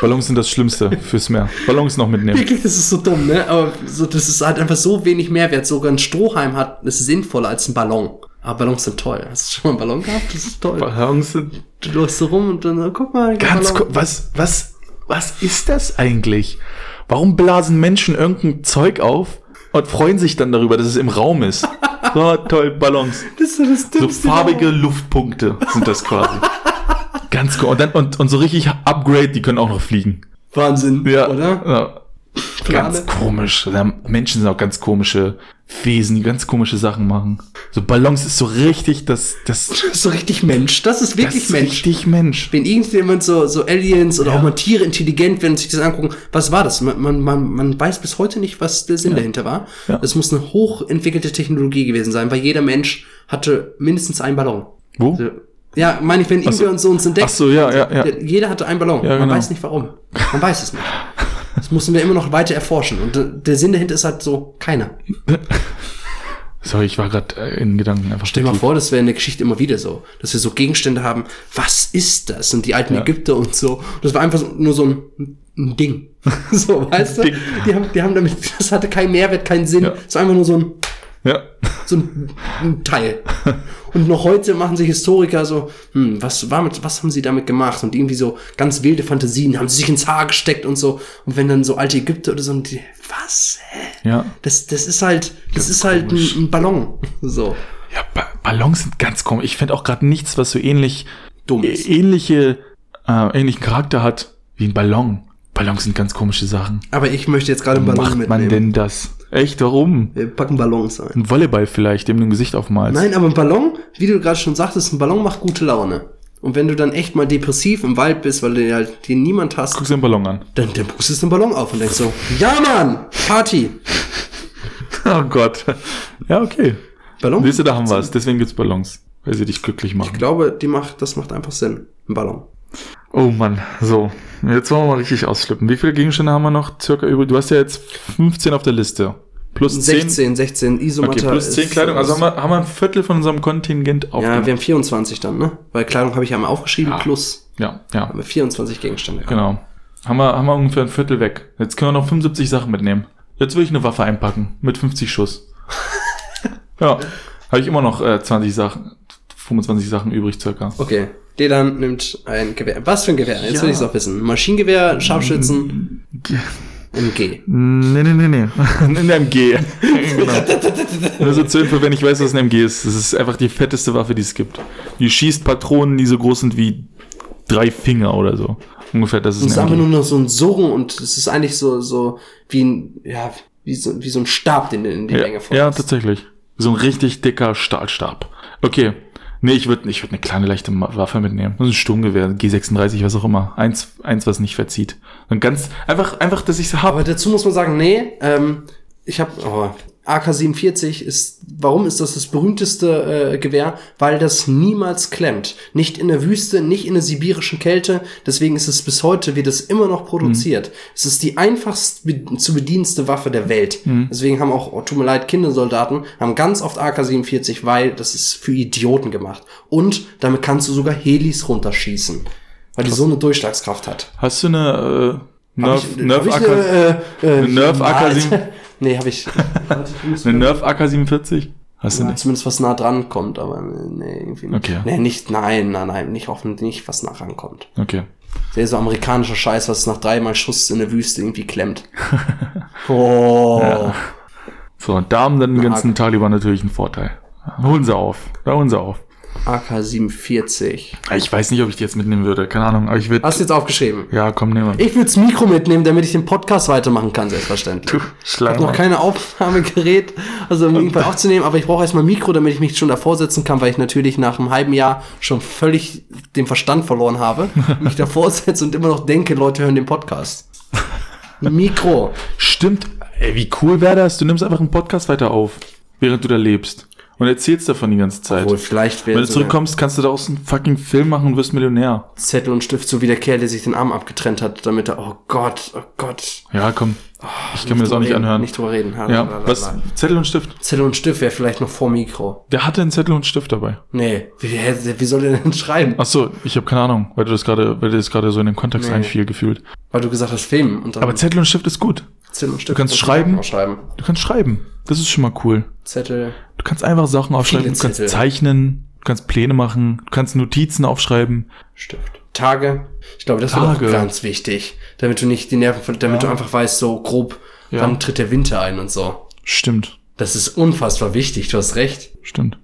S2: Ballons sind das Schlimmste fürs Meer. Ballons noch mitnehmen.
S1: Wirklich, das ist so dumm, ne? Aber so, das ist halt einfach so wenig Mehrwert. Sogar ein Strohhalm hat, ist sinnvoller als ein Ballon. Aber Ballons sind toll. Hast du schon mal einen Ballon gehabt? Das ist toll.
S2: Ballons sind
S1: Du läufst so rum und dann, oh, guck mal. ein
S2: Ganz
S1: Ballon.
S2: kurz, was, was, was ist das eigentlich? Warum blasen Menschen irgendein Zeug auf, und freuen sich dann darüber, dass es im Raum ist. So, toll, Ballons.
S1: Das ist so das
S2: So
S1: Dümmste
S2: farbige Luftpunkte sind das quasi. Ganz cool. Und, dann, und, und so richtig Upgrade, die können auch noch fliegen.
S1: überhaupt. Wahnsinn,
S2: Ja.
S1: oder?
S2: Ja. Ganz komisch. Ja, Menschen sind auch ganz komische Wesen, die ganz komische Sachen machen. So Ballons ist so richtig, das, das,
S1: Das ist so richtig Mensch. Das ist
S2: das
S1: wirklich
S2: ist
S1: Mensch.
S2: richtig Mensch.
S1: Wenn irgendjemand so, so Aliens oder
S2: Ja.
S1: auch mal Tiere intelligent werden und sich das angucken, was war das? Man, man, man, man weiß bis heute nicht, was der Sinn dahinter war.
S2: Ja.
S1: Das muss eine hochentwickelte Technologie gewesen sein, weil jeder Mensch hatte mindestens einen Ballon.
S2: Wo?
S1: Also, ja, meine ich, wenn irgendwer uns so uns entdeckt,
S2: Ach so, ja, ja, ja.
S1: der- jeder hatte einen Ballon.
S2: Ja,
S1: Man
S2: genau.
S1: weiß nicht warum. Man weiß es nicht. Das mussten wir immer noch weiter erforschen. Und äh, der Sinn dahinter ist halt so, keiner.
S2: Sorry, ich war gerade äh, in Gedanken einfach
S1: Stell dir mal
S2: vertieft.
S1: vor, das wäre in der Geschichte immer wieder so, dass wir so Gegenstände haben, was ist das? Und die alten
S2: Ja.
S1: Ägypter und so. Das war einfach so- nur so ein, ein Ding. So, weißt du?
S2: Ding.
S1: Die haben, die haben damit, das hatte keinen Mehrwert, keinen Sinn.
S2: Ja.
S1: Es war einfach nur so ein,
S2: Ja.
S1: so ein, ein Teil. Und noch heute machen sich Historiker so, hm, was war mit, was haben sie damit gemacht? Und irgendwie so ganz wilde Fantasien haben sie sich ins Haar gesteckt und so. Und wenn dann so alte Ägypter oder so, und die, was? Hä?
S2: Ja.
S1: Das, das ist halt, das
S2: Ganz
S1: ist halt ein,
S2: komisch.
S1: ein Ballon. So.
S2: Ja, ba Ballons sind ganz komisch. Ich finde auch gerade nichts, was so ähnlich
S1: Dumm
S2: ä-
S1: ist.
S2: ähnliche äh, ähnlichen Charakter hat wie ein Ballon. Ballons sind ganz komische Sachen.
S1: Aber ich möchte jetzt gerade einen
S2: Warum
S1: Ballon
S2: macht man
S1: mitnehmen.
S2: denn das? Echt, warum?
S1: Wir packen Ballons ein.
S2: Ein Volleyball vielleicht, dem du ein Gesicht aufmalst.
S1: Nein, aber ein Ballon, wie du gerade schon sagtest, ein Ballon macht gute Laune. Und wenn du dann echt mal depressiv im Wald bist, weil du halt den niemand hast,
S2: Guckst du den Ballon an.
S1: dann, dann pustest du einen Ballon auf und denkst so, ja Mann, Party.
S2: Oh Gott. Ja, okay.
S1: Ballon?
S2: Siehst du, da haben wir es. Deswegen gibt's Ballons. Weil sie dich glücklich
S1: Ich
S2: machen.
S1: glaube, die macht, das macht einfach Sinn. Ein Ballon.
S2: Oh Mann. So. Jetzt wollen wir mal richtig ausflippen. Wie viele Gegenstände haben wir noch circa übrig? Du hast ja jetzt 15 auf der Liste. Plus 10.
S1: 16, 16, Isomatter.
S2: Okay, plus
S1: ist-
S2: 10 Kleidung. Also haben wir, haben wir ein Viertel von unserem Kontingent
S1: ja,
S2: aufgenommen.
S1: wir haben 24 dann, ne? Weil Kleidung habe ich ja mal aufgeschrieben,
S2: Ja.
S1: plus
S2: Ja, ja,
S1: haben wir 24 Gegenstände.
S2: Genau. Haben wir, haben wir ungefähr ein Viertel weg. Jetzt können wir noch 75 Sachen mitnehmen. Jetzt will ich eine Waffe einpacken. Mit 50 Schuss. ja. Habe ich immer noch äh, 20 Sachen, 25 Sachen übrig circa.
S1: Okay. Dedan nimmt ein Gewehr. Was für ein Gewehr? Jetzt
S2: Ja.
S1: will ich es auch wissen. Maschinengewehr, Scharfschützen, MG.
S2: Nee, nee, nee, nee. Ein MG. genau. Nur so zur Info, wenn ich weiß, was ein MG ist. Das ist einfach die fetteste Waffe, die es gibt. Die schießt Patronen, die so groß sind wie drei Finger oder so. Ungefähr, das
S1: Und es
S2: ist
S1: ist
S2: ein
S1: einfach nur
S2: MG.
S1: noch so ein Surren und es ist eigentlich so, so wie ein, ja, wie so, wie so ein Stab, den du in die
S2: Ja,
S1: Länge
S2: ja,
S1: vorhast.
S2: tatsächlich. So ein richtig dicker Stahlstab. Okay. Nee, ich würde ich würd eine kleine leichte Ma- Waffe mitnehmen. Das ist ein Sturmgewehr, G36, was auch immer. Eins, eins was nicht verzieht. Und ganz einfach, einfach, dass ich es habe.
S1: Aber dazu muss man sagen, nee, ähm, ich habe oh, AK-47 ist, warum ist das das berühmteste äh, Gewehr? Weil das niemals klemmt. Nicht in der Wüste, nicht in der sibirischen Kälte. Deswegen ist es bis heute, wird es immer noch produziert. Es ist die einfachst be zu bedienste Waffe der Welt. Deswegen haben auch, oh, tut mir leid, Kindersoldaten haben ganz oft AK-47, weil das ist für Idioten gemacht. Und damit kannst du sogar Helis runterschießen. Weil die so eine Durchschlagskraft hat.
S2: Hast du eine äh,
S1: Hab
S2: Nerf,
S1: ich-
S2: Nerf
S1: hab ich
S2: AK?
S1: äh, äh,
S2: eine Nerf
S1: Alter.
S2: AK-7?
S1: Nee, habe ich. Warte, ich muss
S2: Eine
S1: mal-
S2: Nerf AK-47? Hast du
S1: Ja,
S2: nicht?
S1: zumindest was nah dran kommt, aber äh, nee, irgendwie nicht.
S2: Okay.
S1: Nee, nicht, nein, nein, nein, nicht hoffentlich nicht, was nah rankommt.
S2: Okay.
S1: Der so amerikanischer Scheiß, was nach dreimal Schuss in der Wüste irgendwie klemmt. Oh.
S2: So, und da haben dann den
S1: Eine
S2: ganzen
S1: AK.
S2: Taliban natürlich einen Vorteil. Holen sie auf. Da holen sie auf.
S1: AK-47.
S2: Ich weiß nicht, ob ich die jetzt mitnehmen würde. Keine Ahnung, aber ich würde.
S1: Hast du jetzt aufgeschrieben?
S2: Ja, komm, nehmen wir.
S1: Ich würd's Mikro mitnehmen, damit ich den Podcast weitermachen kann, selbstverständlich. Ich habe noch
S2: Schlange.
S1: keine Aufnahmegerät, also um irgendwann aufzunehmen, aber ich brauche erstmal ein Mikro, damit ich mich schon davor setzen kann, weil ich natürlich nach einem halben Jahr schon völlig den Verstand verloren habe, mich davor setze und immer noch denke, Leute hören den Podcast. Ein Mikro.
S2: Stimmt. Ey, wie cool wäre das? Du nimmst einfach einen Podcast weiter auf, während du da lebst. Und erzählst davon die ganze Zeit.
S1: Obwohl, also, vielleicht
S2: Wenn
S1: wäre
S2: du
S1: so ein
S2: zurückkommst, kannst du daraus einen fucking Film machen und wirst Millionär.
S1: Zettel und Stift, so wie der Kerl, der sich den Arm abgetrennt hat, damit er, oh Gott, oh Gott.
S2: Ja, komm. Ich kann mir das auch
S1: drüber
S2: nicht
S1: reden,
S2: anhören.
S1: Oh, Nicht drüber reden. Ha, la, la,
S2: ja,
S1: la.
S2: was? Zettel und Stift.
S1: Zettel und Stift wäre vielleicht noch vor Mikro.
S2: Der hatte einen Zettel und Stift dabei.
S1: Nee, wie, hä, wie soll der denn schreiben?
S2: Ach so, ich habe keine Ahnung, weil du das gerade, weil dir das gerade so in den Kontext
S1: Nee.
S2: einfiel gefühlt.
S1: Weil du gesagt hast, Filmen und dann
S2: Aber Zettel und Stift ist gut.
S1: Zettel und Stift.
S2: kannst
S1: und
S2: schreiben.
S1: Auch schreiben.
S2: Du kannst schreiben. Das ist schon mal cool.
S1: Zettel.
S2: Du kannst einfach Sachen aufschreiben,
S1: Viele
S2: du kannst
S1: Zettel.
S2: zeichnen, du kannst Pläne machen, du kannst Notizen aufschreiben.
S1: Stift. Tage. Ich glaube, das ist auch
S2: Tage.
S1: ganz wichtig, damit du nicht die Nerven, ver- damit
S2: Ja.
S1: du einfach weißt, so grob,
S2: Ja.
S1: wann tritt der Winter ein und so.
S2: Stimmt,
S1: Das ist unfassbar wichtig, du hast recht.
S2: stimmt.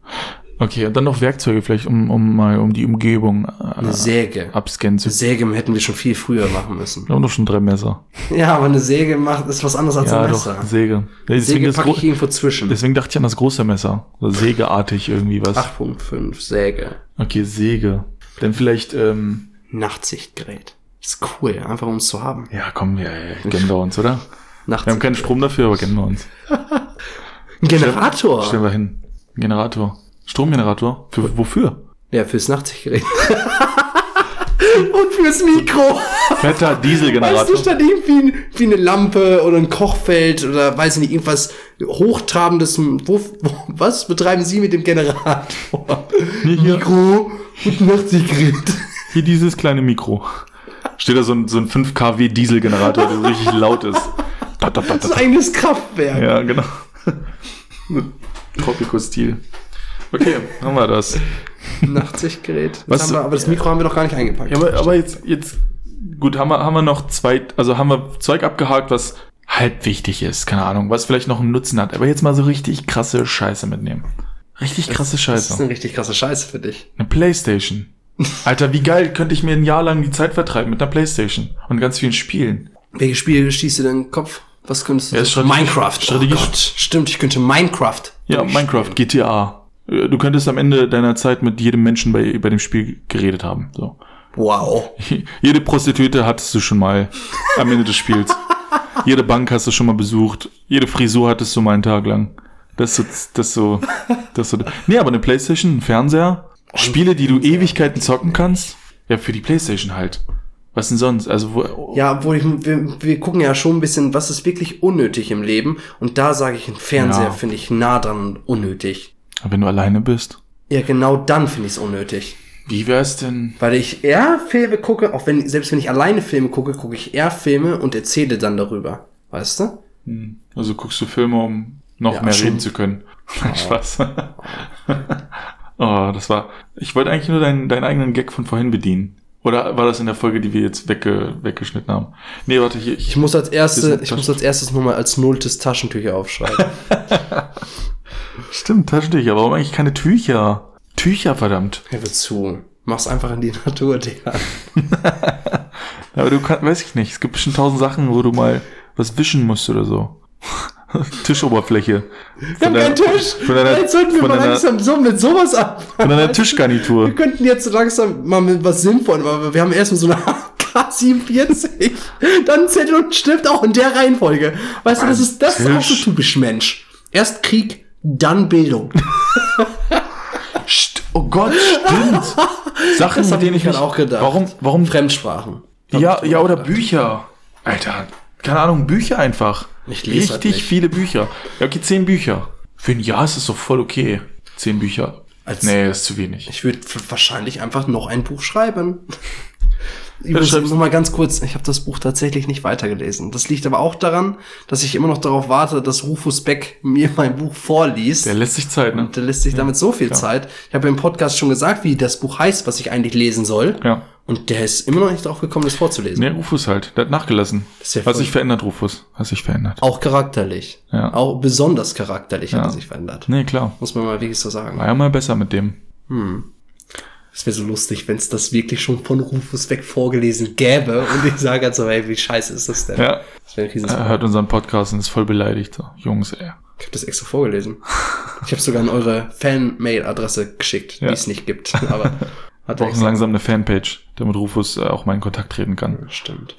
S2: Okay, und dann noch Werkzeuge vielleicht, um, um mal um die Umgebung
S1: Eine
S2: äh,
S1: Säge.
S2: abscannen zu
S1: Eine Säge hätten wir schon viel früher machen müssen.
S2: Wir haben doch schon drei Messer.
S1: Ja, aber eine Säge macht, ist was anderes als
S2: ja,
S1: ein
S2: doch,
S1: Also Messer.
S2: Säge. Ja, deswegen,
S1: Säge
S2: das
S1: packe ich
S2: gro-
S1: irgendwo zwischen.
S2: deswegen dachte ich an das große Messer. So sägeartig irgendwie was.
S1: 8.5 Säge.
S2: Okay, Säge. Dann vielleicht, ähm,
S1: Nachtsichtgerät. Ist cool, einfach um es zu haben.
S2: ja, komm, wir äh, gönnen wir uns, oder? Wir haben
S1: Nachtsicht.
S2: keinen Strom dafür, aber gönnen wir uns.
S1: Ein Generator.
S2: Stellen wir hin. Generator. Stromgenerator? Für, wofür?
S1: Ja, fürs Nachtsichtgerät. Und fürs Mikro.
S2: Fetter
S1: Weißt du,
S2: Dieselgenerator.
S1: statt irgendwie ein- wie eine Lampe oder ein Kochfeld oder weiß ich nicht, irgendwas Hochtrabendes. Wo, wo, was betreiben Sie mit dem Generator?
S2: Nee, hier,
S1: Mikro und Nachtsichtgerät.
S2: hier dieses kleine Mikro. Steht da so ein, so ein 5 kW Dieselgenerator, der so richtig laut ist. Da, da, da, da,
S1: Das eigenes Kraftwerk.
S2: Ja, genau. Tropico-Stil. Okay, haben wir das.
S1: Nachtsichtgerät. Jetzt
S2: Was-
S1: haben wir, aber das Mikro haben wir doch gar nicht eingepackt.
S2: Ja, aber, aber jetzt, jetzt, gut, haben wir, haben wir noch zwei, also haben wir Zeug abgehakt, was halb wichtig ist, keine Ahnung, was vielleicht noch einen Nutzen hat. Aber jetzt mal so richtig krasse Scheiße mitnehmen. Richtig krasse
S1: das ist
S2: Scheiße.
S1: eine richtig krasse Scheiße für dich.
S2: Eine Playstation. Alter, wie geil könnte ich mir ein Jahr lang die Zeit vertreiben mit einer Playstation und ganz vielen Spielen.
S1: Welche Spiele schießt dir denn in den Kopf? Was könntest du?
S2: Ja,
S1: so-
S2: Strategie-
S1: Minecraft.
S2: Strategie-
S1: oh Gott, stimmt, ich könnte Minecraft.
S2: Ja,
S1: durchspielen.
S2: Minecraft, GTA. Äh, Du könntest am Ende deiner Zeit mit jedem Menschen bei, bei dem Spiel geredet haben. So.
S1: Wow.
S2: Jede Prostituierte hattest du schon mal am Ende des Spiels. Jede Bank hast du schon mal besucht. Jede Frisur hattest du mal einen Tag lang. Das ist so, das ist so, das ist so. Nee, aber eine Playstation, ein Fernseher, Spiele, die du Ewigkeiten zocken kannst. Ja, für die Playstation halt. Was denn sonst? Also, wo,
S1: Ja, obwohl ich, wir, wir gucken ja schon ein bisschen, was ist wirklich unnötig im Leben. Und da sage ich, ein Fernseher
S2: Ja.
S1: finde ich nah dran und unnötig.
S2: wenn du alleine bist.
S1: Ja, genau dann finde ich es unnötig.
S2: Wie wär's denn?
S1: Weil ich eher Filme gucke, auch wenn, selbst wenn ich alleine Filme gucke, gucke ich eher Filme und erzähle dann darüber. Weißt du?
S2: Hm, Also guckst du Filme, um noch
S1: Ja,
S2: mehr
S1: schon.
S2: reden zu können. Spaß. oh, das war. Ich wollte eigentlich nur deinen, deinen eigenen Gag von vorhin bedienen. Oder war das in der Folge, die wir jetzt wegge, weggeschnitten haben? Nee, warte, hier.
S1: Ich
S2: Ich,
S1: muss als
S2: Das
S1: erste,
S2: ist ein
S1: ich muss als erstes nochmal als nulltes Taschentücher aufschreiben.
S2: stimmt, Taschentücher. Warum eigentlich keine Tücher? Tücher, verdammt.
S1: Hör zu. Mach's einfach in die Natur, Digga.
S2: Aber du kannst, weiß ich nicht. Es gibt bestimmt tausend Sachen, wo du mal was wischen musst oder so. Tischoberfläche.
S1: Wir haben keinen Tisch.
S2: Von deiner,
S1: Jetzt sollten wir
S2: von
S1: mal
S2: deiner,
S1: langsam so mit sowas ab.
S2: von deiner Tischgarnitur.
S1: Wir könnten jetzt so langsam mal mit was Sinnvollem, aber wir haben erstmal so eine AK-47, dann Zettel und Stift auch in der Reihenfolge. Weißt du, das ist, das ist auch so
S2: Tisch.
S1: typisch Mensch. Erst Krieg, dann Bildung.
S2: St oh Gott, stimmt. Sachen,
S1: Das hab
S2: mit denen
S1: ich
S2: ich
S1: mir
S2: mich
S1: auch gedacht.
S2: Warum, warum
S1: Um Fremdsprachen.
S2: Ja, ja, oder Bücher. Alter, keine Ahnung, Bücher einfach.
S1: Ich lese halt
S2: Richtig
S1: nicht.
S2: viele Bücher. Ja, okay, zehn Bücher. Für ein Jahr ist es doch voll okay. Zehn Bücher.
S1: Als-
S2: nee, ist zu wenig.
S1: Ich würde wahrscheinlich einfach noch ein Buch schreiben. Übrigens,
S2: schreib's.
S1: noch mal ganz kurz, ich habe das Buch tatsächlich nicht weitergelesen. Das liegt aber auch daran, dass ich immer noch darauf warte, dass Rufus Beck mir mein Buch vorliest.
S2: Der lässt sich Zeit, ne?
S1: Da lässt sich damit so viel Zeit. Ich habe im Podcast schon gesagt, wie das Buch heißt, was ich eigentlich lesen soll.
S2: Ja.
S1: Und der ist immer noch nicht drauf gekommen, das vorzulesen.
S2: Nee, Rufus halt. Der hat nachgelassen.
S1: Das ist ja
S2: Hat
S1: voll-
S2: sich verändert, Rufus. Hat sich verändert.
S1: Auch charakterlich.
S2: Ja.
S1: Auch besonders charakterlich hat
S2: Ja.
S1: er sich verändert.
S2: Nee, klar.
S1: Muss man mal wirklich so sagen.
S2: War ja mal besser mit dem.
S1: Es wäre so lustig, wenn es das wirklich schon von Rufus weg vorgelesen gäbe und ich sage halt so, ey, wie scheiße ist das denn?
S2: Ja.
S1: Das wäre ein Riesens-
S2: Er hört unseren Podcast und ist voll beleidigt. So. Jungs, ey.
S1: Ich habe das extra vorgelesen. Ich habe sogar an eure Fan-Mail-Adresse geschickt,
S2: Ja.
S1: die es nicht gibt. Aber hat er
S2: Brauchen
S1: extra.
S2: langsam eine Fanpage, damit Rufus äh, auch mal in Kontakt treten kann.
S1: Stimmt.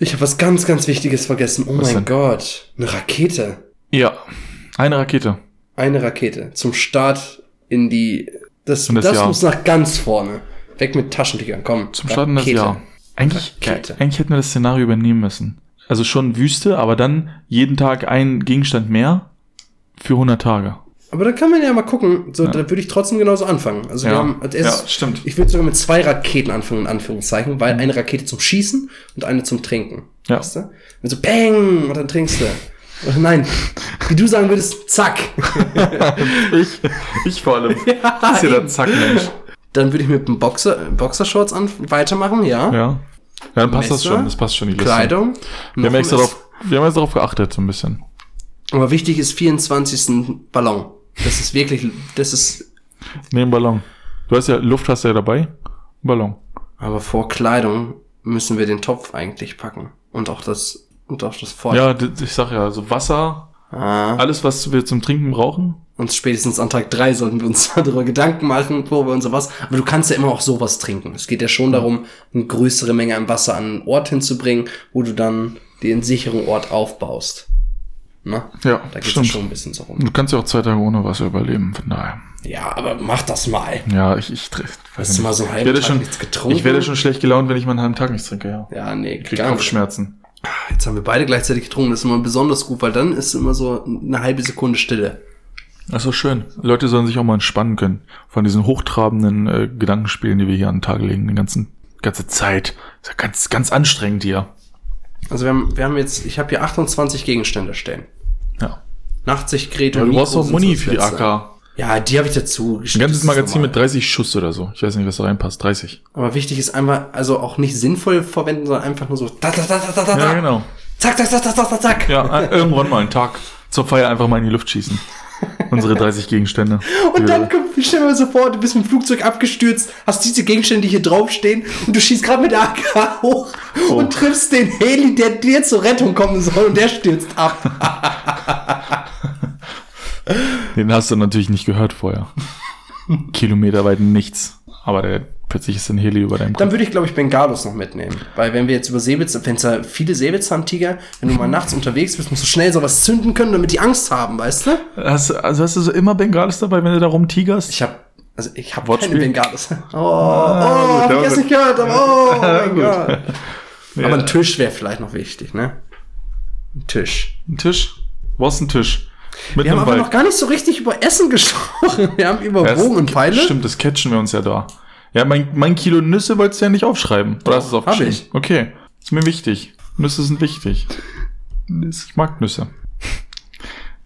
S1: Ich habe was ganz, ganz Wichtiges vergessen. Oh mein
S2: denn?
S1: Gott. Eine Rakete.
S2: Ja. Eine Rakete.
S1: Eine Rakete. Zum Start in die. Das,
S2: In
S1: das,
S2: das Jahr.
S1: muss nach ganz vorne. Weg mit Taschentüchern, komm.
S2: Zum Starten des Jahres. Eigentlich,
S1: Rakete.
S2: eigentlich hätten wir das Szenario übernehmen müssen. Also schon Wüste, aber dann jeden Tag ein Gegenstand mehr für 100 Tage.
S1: Aber da kann man ja mal gucken. So, Da würde ich trotzdem genauso anfangen. Also wir
S2: Ja.
S1: haben als erstes,
S2: Ja, stimmt. Mhm.
S1: Ich würde sogar mit zwei Raketen anfangen, in Anführungszeichen, weil eine Rakete zum Schießen und eine zum Trinken.
S2: Ja.
S1: Weißt du? Und so Bang! Und dann trinkst du. Oder nein, wie du sagen würdest, zack.
S2: Ich, ich vor allem. das ist ja der Zackmensch.
S1: Dann würde ich mit dem Boxer, äh, Boxershorts an, weitermachen, ja.
S2: Ja. Ja, dann passt das
S1: Messer,
S2: schon. Das passt schon die Liste.
S1: Kleidung.
S2: Wir haben,
S1: noch ein
S2: extra
S1: Messer.
S2: drauf, wir haben extra drauf geachtet, so ein bisschen.
S1: Aber wichtig ist 24. Ballon. Das ist wirklich, das ist,
S2: Neben Ballon. Du hast ja Luft hast du ja dabei. Ballon.
S1: aber vor Kleidung müssen wir den Topf eigentlich packen. Und auch das, und auch das Feuer.
S2: Ja, d- ich sag ja, also Wasser,
S1: Ah.
S2: alles, was wir zum Trinken brauchen.
S1: Und spätestens an Tag drei sollten wir uns darüber Gedanken machen, wo wir und sowas. Aber du kannst ja immer auch sowas trinken. Es geht ja schon darum, eine größere Menge an Wasser an einen Ort hinzubringen, wo du dann den sicheren Ort aufbaust. Na?
S2: Ja,
S1: Da geht es
S2: stimmt.
S1: schon ein bisschen so rum.
S2: Du kannst ja auch zwei Tage ohne Wasser überleben, von daher.
S1: Ja, aber mach das mal.
S2: Ja, ich, ich, tr- weiß
S1: Hast du
S2: nicht.
S1: mal so einen halben
S2: ich werde
S1: Tag
S2: schon,
S1: nichts getrunken?
S2: Ich werde schon schlecht gelaunt, wenn ich mal einen halben Tag nichts trinke, ja.
S1: Ja, nee,
S2: Ich krieg
S1: gar nicht.
S2: Kopfschmerzen.
S1: Jetzt haben wir beide gleichzeitig getrunken. Das ist immer besonders gut, weil dann ist immer so eine halbe Sekunde Stille.
S2: Das ist so schön. Leute sollen sich auch mal entspannen können von diesen hochtrabenden äh, Gedankenspielen, die wir hier an den Tag legen, die ganzen, ganze Zeit. Ist ja ganz, ganz anstrengend hier.
S1: Also wir haben, wir haben jetzt, ich habe hier 28 Gegenstände stehen.
S2: Ja.
S1: Nachtsichtgerät
S2: Du brauchst
S1: Mikro
S2: auch
S1: sind
S2: Muni
S1: so
S2: für die
S1: das Letzte.
S2: AK.
S1: Ja, die habe ich dazu
S2: Ein
S1: geschickt.
S2: ganzes
S1: das ist
S2: Magazin
S1: normal.
S2: mit 30 Schuss oder so. Ich weiß nicht, was da reinpasst. 30.
S1: Aber wichtig ist einfach, also auch nicht sinnvoll verwenden, sondern einfach nur so da, da, da, da, da, da.
S2: Ja, genau.
S1: Zack, zack, zack, zack, zack, zack, zack.
S2: Ja, äh, irgendwann mal einen Tag zur Feier einfach mal in die Luft schießen. Unsere 30 Gegenstände.
S1: Und dann
S2: Ja.
S1: kommt, stell dir mal so vor, du bist mit dem Flugzeug abgestürzt, hast diese Gegenstände, die hier draufstehen, und du schießt gerade mit der AK hoch
S2: Oh.
S1: und triffst den Heli, der dir zur Rettung kommen soll, und der stürzt ab.
S2: Den hast du natürlich nicht gehört vorher. Kilometerweit nichts. Aber der, plötzlich ist ein Heli über deinem Kopf.
S1: Dann würde ich, glaube ich, Bengalos noch mitnehmen. Weil wenn wir jetzt über Säbelzahn, wenn es da viele Säbelzahntiger, wenn du mal nachts unterwegs bist, musst du schnell sowas zünden können, damit die Angst haben, weißt du?
S2: Hast, du- also hast du so immer Bengales dabei, wenn du da rumtigerst?
S1: Ich habe also ich habe keine
S2: Wortspiel. Ah,
S1: Bengalos. Oh, oh,
S2: gut,
S1: hab ich
S2: ja,
S1: erst
S2: gut.
S1: nicht gehört, aber oh, mein
S2: gut.
S1: Gott. Aber
S2: Ja.
S1: ein Tisch wäre vielleicht noch wichtig, ne? Ein Tisch.
S2: Ein Tisch? Wo ist ein Tisch? Mit
S1: Wir haben
S2: einem
S1: aber noch
S2: um Wald.
S1: gar nicht so richtig über Essen gesprochen. Wir haben über
S2: Das-
S1: Bogen und Pfeile.
S2: Stimmt, das catchen wir uns ja da. Ja, mein, mein Kilo Nüsse wolltest du ja nicht aufschreiben. Oder hast du es
S1: hab
S2: aufgeschrieben?
S1: ich.
S2: Okay. Ist mir wichtig. Nüsse sind wichtig. Ich mag Nüsse.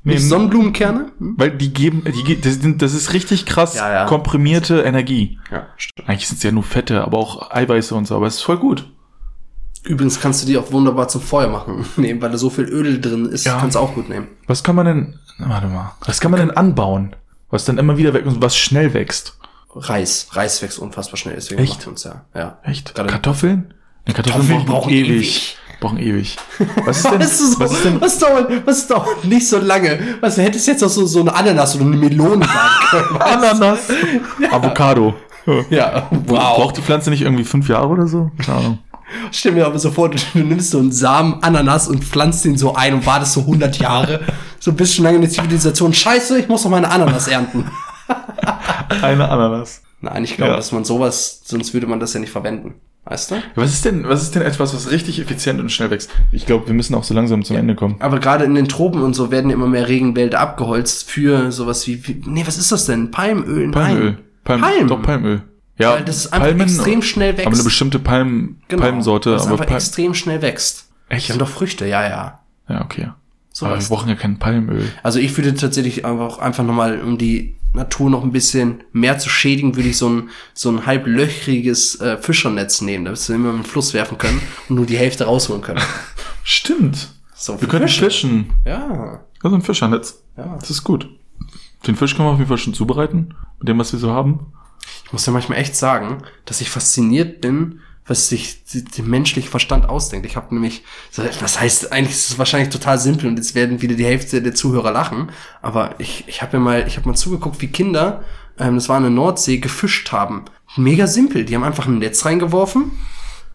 S2: Nee,
S1: Nicht Sonnenblumenkerne? Hm?
S2: weil die geben, die, ge- das, sind- das ist richtig krass
S1: Ja, ja.
S2: komprimierte Energie.
S1: Ja, stimmt.
S2: Eigentlich sind es ja nur Fette, aber auch Eiweiße und so, aber es ist voll gut.
S1: Übrigens kannst du die auch wunderbar zum Feuer machen, nehmen, weil da so viel Öl drin ist,
S2: Ja.
S1: kannst du auch gut nehmen.
S2: Was kann man denn, warte mal, was kann man denn anbauen, was dann immer wieder wächst und was schnell wächst?
S1: Reis. Reis wächst unfassbar schnell, deswegen
S2: Echt?
S1: macht uns ja. ja.
S2: Echt?
S1: Gerade-
S2: Kartoffeln? Ja, Kartoffeln,
S1: Kartoffeln
S2: brauchen
S1: brauchen
S2: ewig.
S1: ewig.
S2: Brauchen ewig. Was ist denn,
S1: Weißt du so,
S2: was ist denn,
S1: was dauert, was dauert nicht so lange? Was du hättest jetzt auch so, so eine Ananas oder eine Melone sagen können.
S2: Ananas? Avocado.
S1: ja,
S2: Braucht die Pflanze nicht irgendwie fünf Jahre oder so? Keine Ahnung.
S1: Stell mir aber so vor, du, du nimmst so einen Samen Ananas und pflanzt den so ein und wartest so 100 Jahre. So bist schon lange in der Zivilisation. Scheiße, ich muss noch meine Ananas ernten.
S2: Eine Ananas.
S1: Nein, ich glaube,
S2: Ja.
S1: dass man sowas, sonst würde man das ja nicht verwenden. Weißt du?
S2: Was ist denn, was ist denn etwas, was richtig effizient und schnell wächst? Ich glaube, wir müssen auch so langsam zum Ende kommen.
S1: Aber gerade in den Tropen und so werden ja immer mehr Regenwälder abgeholzt für sowas wie, wie nee, was ist das denn? Palmöl? Nein.
S2: Palmöl. Palm,
S1: Palm.
S2: Doch, Palmöl. Ja,
S1: Weil das einfach extrem schnell wächst.
S2: Aber eine bestimmte Palm,
S1: Genau,
S2: Palmsorte.
S1: Das
S2: Aber
S1: einfach
S2: Palm,
S1: extrem schnell wächst.
S2: Echt?
S1: Die haben doch Früchte, ja, ja.
S2: ja, okay.
S1: So
S2: aber wir
S1: was.
S2: brauchen ja kein Palmöl.
S1: Also ich würde tatsächlich aber auch einfach nochmal, um die Natur noch ein bisschen mehr zu schädigen, würde ich so ein, so ein halblöchriges äh, Fischernetz nehmen, damit wir immer in den Fluss werfen können und nur die Hälfte rausholen können.
S2: Stimmt.
S1: So,
S2: Wir können
S1: Fische.
S2: fischen.
S1: Ja,
S2: Also ein Fischernetz.
S1: ja.
S2: Das ist gut. Den Fisch können wir auf jeden Fall schon zubereiten. Mit dem, was wir so haben.
S1: Ich muss ja manchmal echt sagen, dass ich fasziniert bin, was sich die- der menschliche Verstand ausdenkt. Ich habe nämlich, so, was heißt, eigentlich ist es wahrscheinlich total simpel und jetzt werden wieder die Hälfte der Zuhörer lachen, aber ich, ich habe mir mal, ich habe mal zugeguckt, wie Kinder, ähm, das war in der Nordsee, gefischt haben. Mega simpel. Die haben einfach ein Netz reingeworfen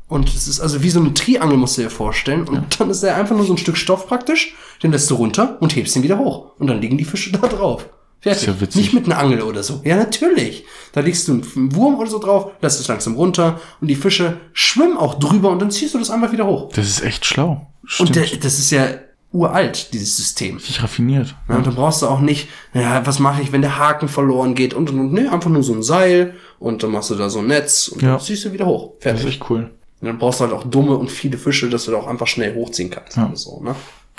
S1: und es ist also wie so eine Triangel, musst du dir vorstellen. Und dann ist er einfach nur so ein Stück Stoff praktisch, den lässt du runter und hebst ihn wieder hoch. Und dann liegen die Fische da drauf. Fertig.
S2: Ist ja witzig.
S1: Nicht mit einer Angel oder so. Ja, natürlich. Da legst du einen Wurm oder so drauf, lässt es langsam runter und die Fische schwimmen auch drüber und dann ziehst du das einfach wieder hoch.
S2: Das ist echt schlau.
S1: Und der, das ist ja uralt, dieses System.
S2: Richtig raffiniert.
S1: Ja, und dann brauchst du auch nicht, ja, was mache ich, wenn der Haken verloren geht und, und, und nee, einfach nur so ein Seil und dann machst du da so ein Netz und
S2: Ja. Also
S1: dann ziehst du wieder hoch.
S2: Das
S1: Fertig.
S2: ist echt cool.
S1: Und dann brauchst du halt auch dumme und viele Fische, dass du da auch einfach schnell hochziehen kannst.
S2: Ja.
S1: Und so, ne?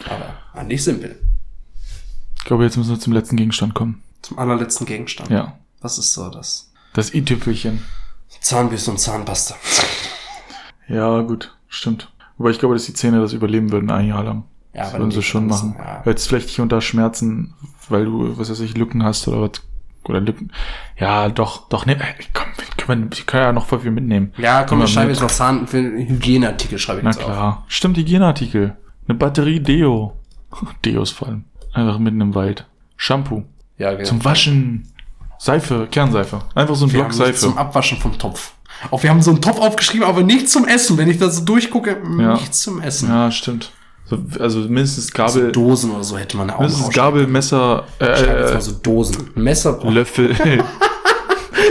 S1: Aber eigentlich simpel.
S2: Ich glaube, jetzt müssen wir zum letzten Gegenstand kommen.
S1: Zum allerletzten Gegenstand.
S2: Ja.
S1: Was ist so das?
S2: Das i-Tüpfelchen.
S1: Zahnbürste und Zahnpasta.
S2: Ja, gut. Stimmt. Wobei ich glaube, dass die Zähne das überleben würden ein Jahr lang. Ja, das würden sie schon machen. Ja. Jetzt vielleicht hier unter Schmerzen, weil du, was weiß ich, Lücken hast oder was. Oder Lücken. Ja, doch, doch, ne, komm, können wir, können ja noch voll viel mitnehmen.
S1: Ja, komm,
S2: wir
S1: wir schreiben jetzt noch Zahn für einen Hygieneartikel, schreibe ich
S2: Na
S1: jetzt auf.
S2: klar. Stimmt, Hygieneartikel. Eine Batterie Deo. Deos vor allem. Einfach mitten im Wald. Shampoo.
S1: Ja, genau.
S2: Zum Waschen. Seife, Kernseife. Einfach so ein
S1: wir
S2: Block
S1: haben nichts zum
S2: Seife.
S1: Abwaschen vom Topf. Auch wir haben so einen Topf aufgeschrieben, aber nichts zum Essen. Wenn ich das so durchgucke,
S2: Ja.
S1: nichts zum Essen.
S2: Ja, stimmt. So, also mindestens
S1: So
S2: Gabel,
S1: Dosen oder so hätte man auch
S2: mindestens
S1: noch
S2: Gabel, Messer,
S1: Ich schreibe jetzt
S2: äh,
S1: mal so Dosen. Messer.
S2: äh, Löffel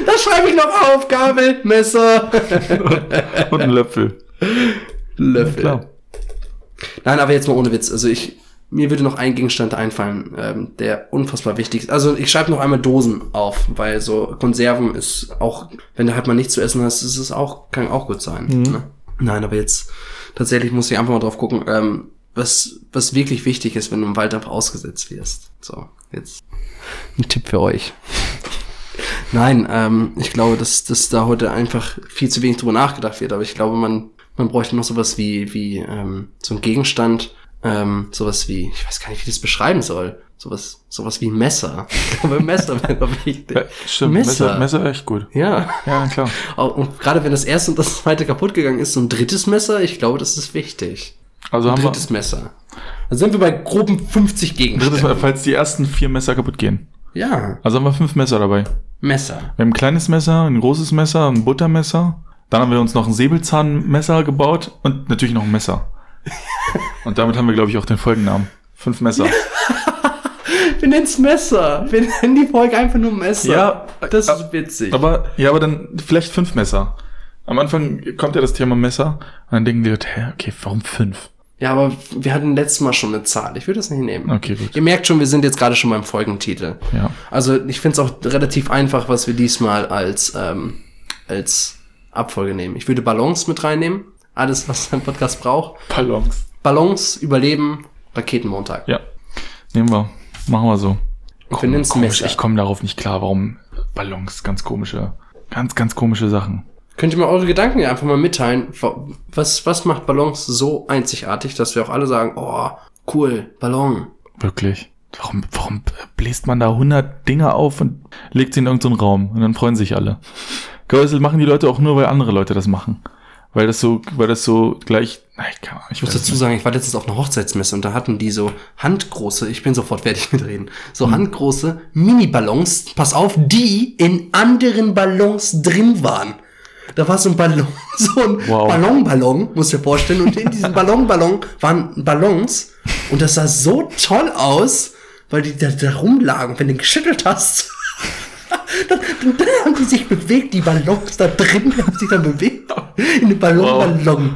S1: Das schreibe ich noch auf. Gabel, Messer,
S2: und ein Löffel.
S1: Löffel.
S2: Klar.
S1: Nein, aber jetzt mal ohne Witz. Also ich, mir würde noch ein Gegenstand einfallen, ähm, der unfassbar wichtig ist. Also ich schreibe noch einmal Dosen auf, weil so Konserven ist auch, wenn du halt mal nichts zu essen hast, ist es auch, kann auch gut sein. Ne? Nein, aber jetzt tatsächlich muss ich einfach mal drauf gucken, ähm, was, was wirklich wichtig ist, wenn du im Wald einfach ausgesetzt wirst. So, jetzt ein Tipp für euch. Nein, ähm, ich glaube, dass, dass da heute einfach viel zu wenig drüber nachgedacht wird. Aber ich glaube, man, man bräuchte noch sowas wie, wie ähm, so ein Gegenstand, ähm, sowas wie, ich weiß gar nicht, wie ich das beschreiben soll. Sowas, sowas wie ein Messer. Ich glaube, ein Messer wäre noch wichtig.
S2: Ja, Äh, stimmt, Messer. Messer, wäre echt gut.
S1: Ja.
S2: Ja, na klar.
S1: Auch- Und gerade wenn das erste und das zweite kaputt gegangen ist, so ein drittes Messer, ich glaube, das ist wichtig.
S2: Also
S1: Ein
S2: haben wir
S1: drittes Messer. Dann sind wir bei groben 50
S2: drittes
S1: Gegenständen.
S2: Mal, falls die ersten vier Messer kaputt gehen.
S1: Ja,
S2: Also haben wir fünf Messer dabei.
S1: Messer.
S2: Wir haben ein kleines Messer, ein großes Messer, ein Buttermesser. Dann haben wir uns noch ein Säbelzahnmesser gebaut und natürlich noch ein Messer. Und damit haben wir, glaube ich, auch den Folgennamen. Fünf Messer.
S1: Wir nennen es Messer. Wir nennen die Folge einfach nur Messer.
S2: Ja,
S1: das
S2: ab-
S1: ist witzig.
S2: Aber, ja, aber dann vielleicht fünf Messer. Am Anfang kommt ja das Thema Messer und dann denken die Leute, hä, okay, warum fünf?
S1: Ja, aber wir hatten letztes Mal schon eine Zahl. Ich würde das nicht nehmen.
S2: Okay, gut.
S1: Ihr merkt schon, wir sind jetzt gerade schon beim Folgentitel.
S2: Ja.
S1: Also ich finde es auch relativ einfach, was wir diesmal als, ähm, als Abfolge nehmen. Ich würde Ballons mit reinnehmen. Alles, was ein Podcast braucht.
S2: Ballons.
S1: Ballons, Überleben, Raketenmontag.
S2: Ja. Nehmen wir. Machen wir so.
S1: Ich bin ins
S2: komisch,
S1: Messer.
S2: ich komme darauf nicht klar, warum Ballons, ganz komische, ganz, ganz komische Sachen.
S1: Könnt ihr mir eure Gedanken einfach mal mitteilen? Wa- Was, was macht Ballons so einzigartig, dass wir auch alle sagen, oh, cool, Ballon.
S2: Wirklich. Warum, warum bläst man da 100 Dinger auf und legt sie in irgendeinen Raum und dann freuen sich alle. Geräusel machen die Leute auch nur, weil andere Leute das machen. Weil das so, weil das so gleich, na, ich kann ich
S1: Ich muss
S2: weiß
S1: dazu
S2: nicht.
S1: sagen, ich war letztens auf einer Hochzeitsmesse und da hatten die so handgroße, ich bin sofort fertig mit reden, so handgroße Mini-Ballons, pass auf, die in anderen Ballons drin waren. Da war so ein Ballon, so ein
S2: Wow.
S1: Ballonballon, musst du dir vorstellen. Und in diesem Ballonballon waren Ballons und das sah so toll aus, weil die da, da rumlagen. Und wenn du den geschüttelt hast, dann, dann, dann haben die sich bewegt, die Ballons da drin haben sich dann bewegt. In den Ballonballon.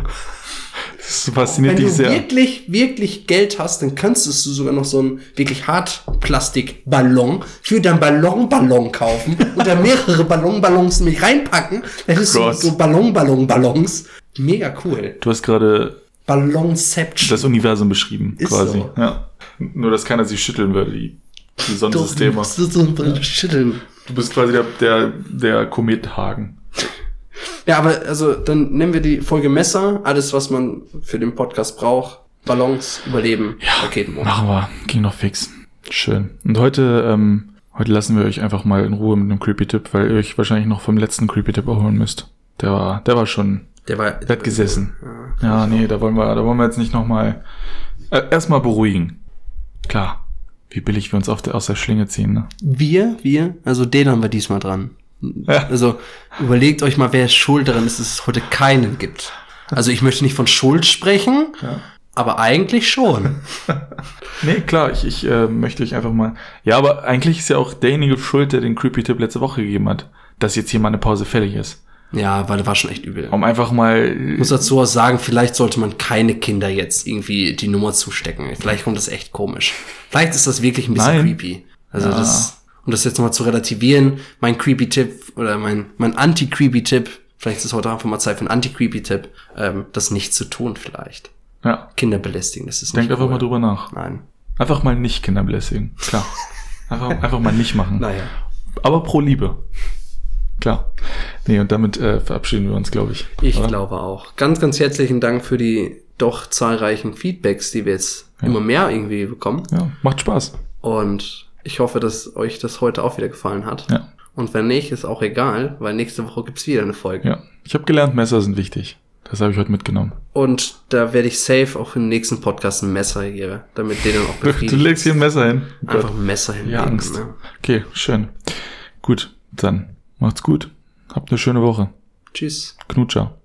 S2: Das fasziniert
S1: Wenn
S2: dich
S1: du
S2: sehr.
S1: wirklich, wirklich Geld hast, dann könntest du sogar noch so einen wirklich Hartplastikballon für deinen Ballonballon kaufen und dann mehrere Ballonballons mit reinpacken. Das ist so,
S2: Gott.
S1: so Ballonballonballons. Mega cool.
S2: Du hast gerade
S1: Ballonception.
S2: das Universum beschrieben,
S1: Ist
S2: quasi.
S1: so.
S2: Ja. Nur, dass keiner sie schütteln würde, die, die Sonnensysteme.
S1: So, so ein Schütteln.
S2: Du bist quasi der, der, der Komethagen.
S1: Ja, aber also dann nennen wir die Folge Messer, alles was man für den Podcast braucht. Ballons, Überleben, Raketenmodus.
S2: Machen wir. Ging noch fix. Schön. Und heute, ähm, heute lassen wir euch einfach mal in Ruhe mit einem Creepy-Tipp, weil ihr euch wahrscheinlich noch vom letzten Creepy-Tipp erholen müsst. Der war, der war schon
S1: Der war
S2: bett gesessen. Ja, nee, da wollen wir, da wollen wir jetzt nicht nochmal, äh, erstmal beruhigen. Klar. Wie billig wir uns auf der, aus der Schlinge ziehen, ne?
S1: Wir, wir, also den haben wir diesmal dran.
S2: Ja.
S1: Also überlegt euch mal, wer ist schuld daran ist, dass es heute keinen gibt. Also ich möchte nicht von Schuld sprechen, aber eigentlich schon.
S2: Nee, klar, ich, ich äh, möchte euch einfach mal. Ja, aber eigentlich ist ja auch derjenige schuld, der den Creepy-Tipp letzte Woche gegeben hat, dass jetzt hier mal eine Pause fällig ist.
S1: Ja, weil das war schon echt übel.
S2: Um einfach mal.
S1: Ich muss dazu auch sagen, vielleicht sollte man keine Kinder jetzt irgendwie die Nummer zustecken. Vielleicht kommt das echt komisch. Vielleicht ist das wirklich ein bisschen
S2: Nein.
S1: creepy. Also
S2: Ja.
S1: das, um das jetzt nochmal zu relativieren, mein creepy Tipp oder mein, mein Anti-Creepy-Tipp, vielleicht ist es heute einfach mal Zeit für einen Anti-Creepy-Tipp, ähm, das nicht zu tun vielleicht.
S2: Ja,
S1: Kinder belästigen, das ist
S2: denkt
S1: nicht
S2: einfach mal
S1: cool.
S2: drüber nach.
S1: Nein.
S2: Einfach mal nicht Kinder belästigen. Klar. Einfach, einfach mal nicht machen.
S1: Naja.
S2: Aber pro Liebe. Klar. Nee, und damit äh, verabschieden wir uns, glaube ich.
S1: Ich
S2: Oder?
S1: glaube auch. Ganz, ganz herzlichen Dank für die doch zahlreichen Feedbacks, die wir jetzt immer mehr irgendwie bekommen.
S2: Ja, macht Spaß.
S1: Und ich hoffe, dass euch das heute auch wieder gefallen hat.
S2: Ja.
S1: Und wenn nicht, ist auch egal, weil nächste Woche gibt's wieder eine Folge.
S2: Ja. Ich habe gelernt, Messer sind wichtig. Das habe ich heute mitgenommen.
S1: Und da werde ich safe auch im nächsten Podcast ein Messer geben, damit den dann auch
S2: Du
S1: befriedigt.
S2: legst hier ein Oh Messer hin.
S1: Einfach ein Messer hinlegen.
S2: Ja, Angst.
S1: Ne?
S2: Okay, schön. Gut, dann macht's gut. Habt eine schöne Woche.
S1: Tschüss.
S2: Knutscher.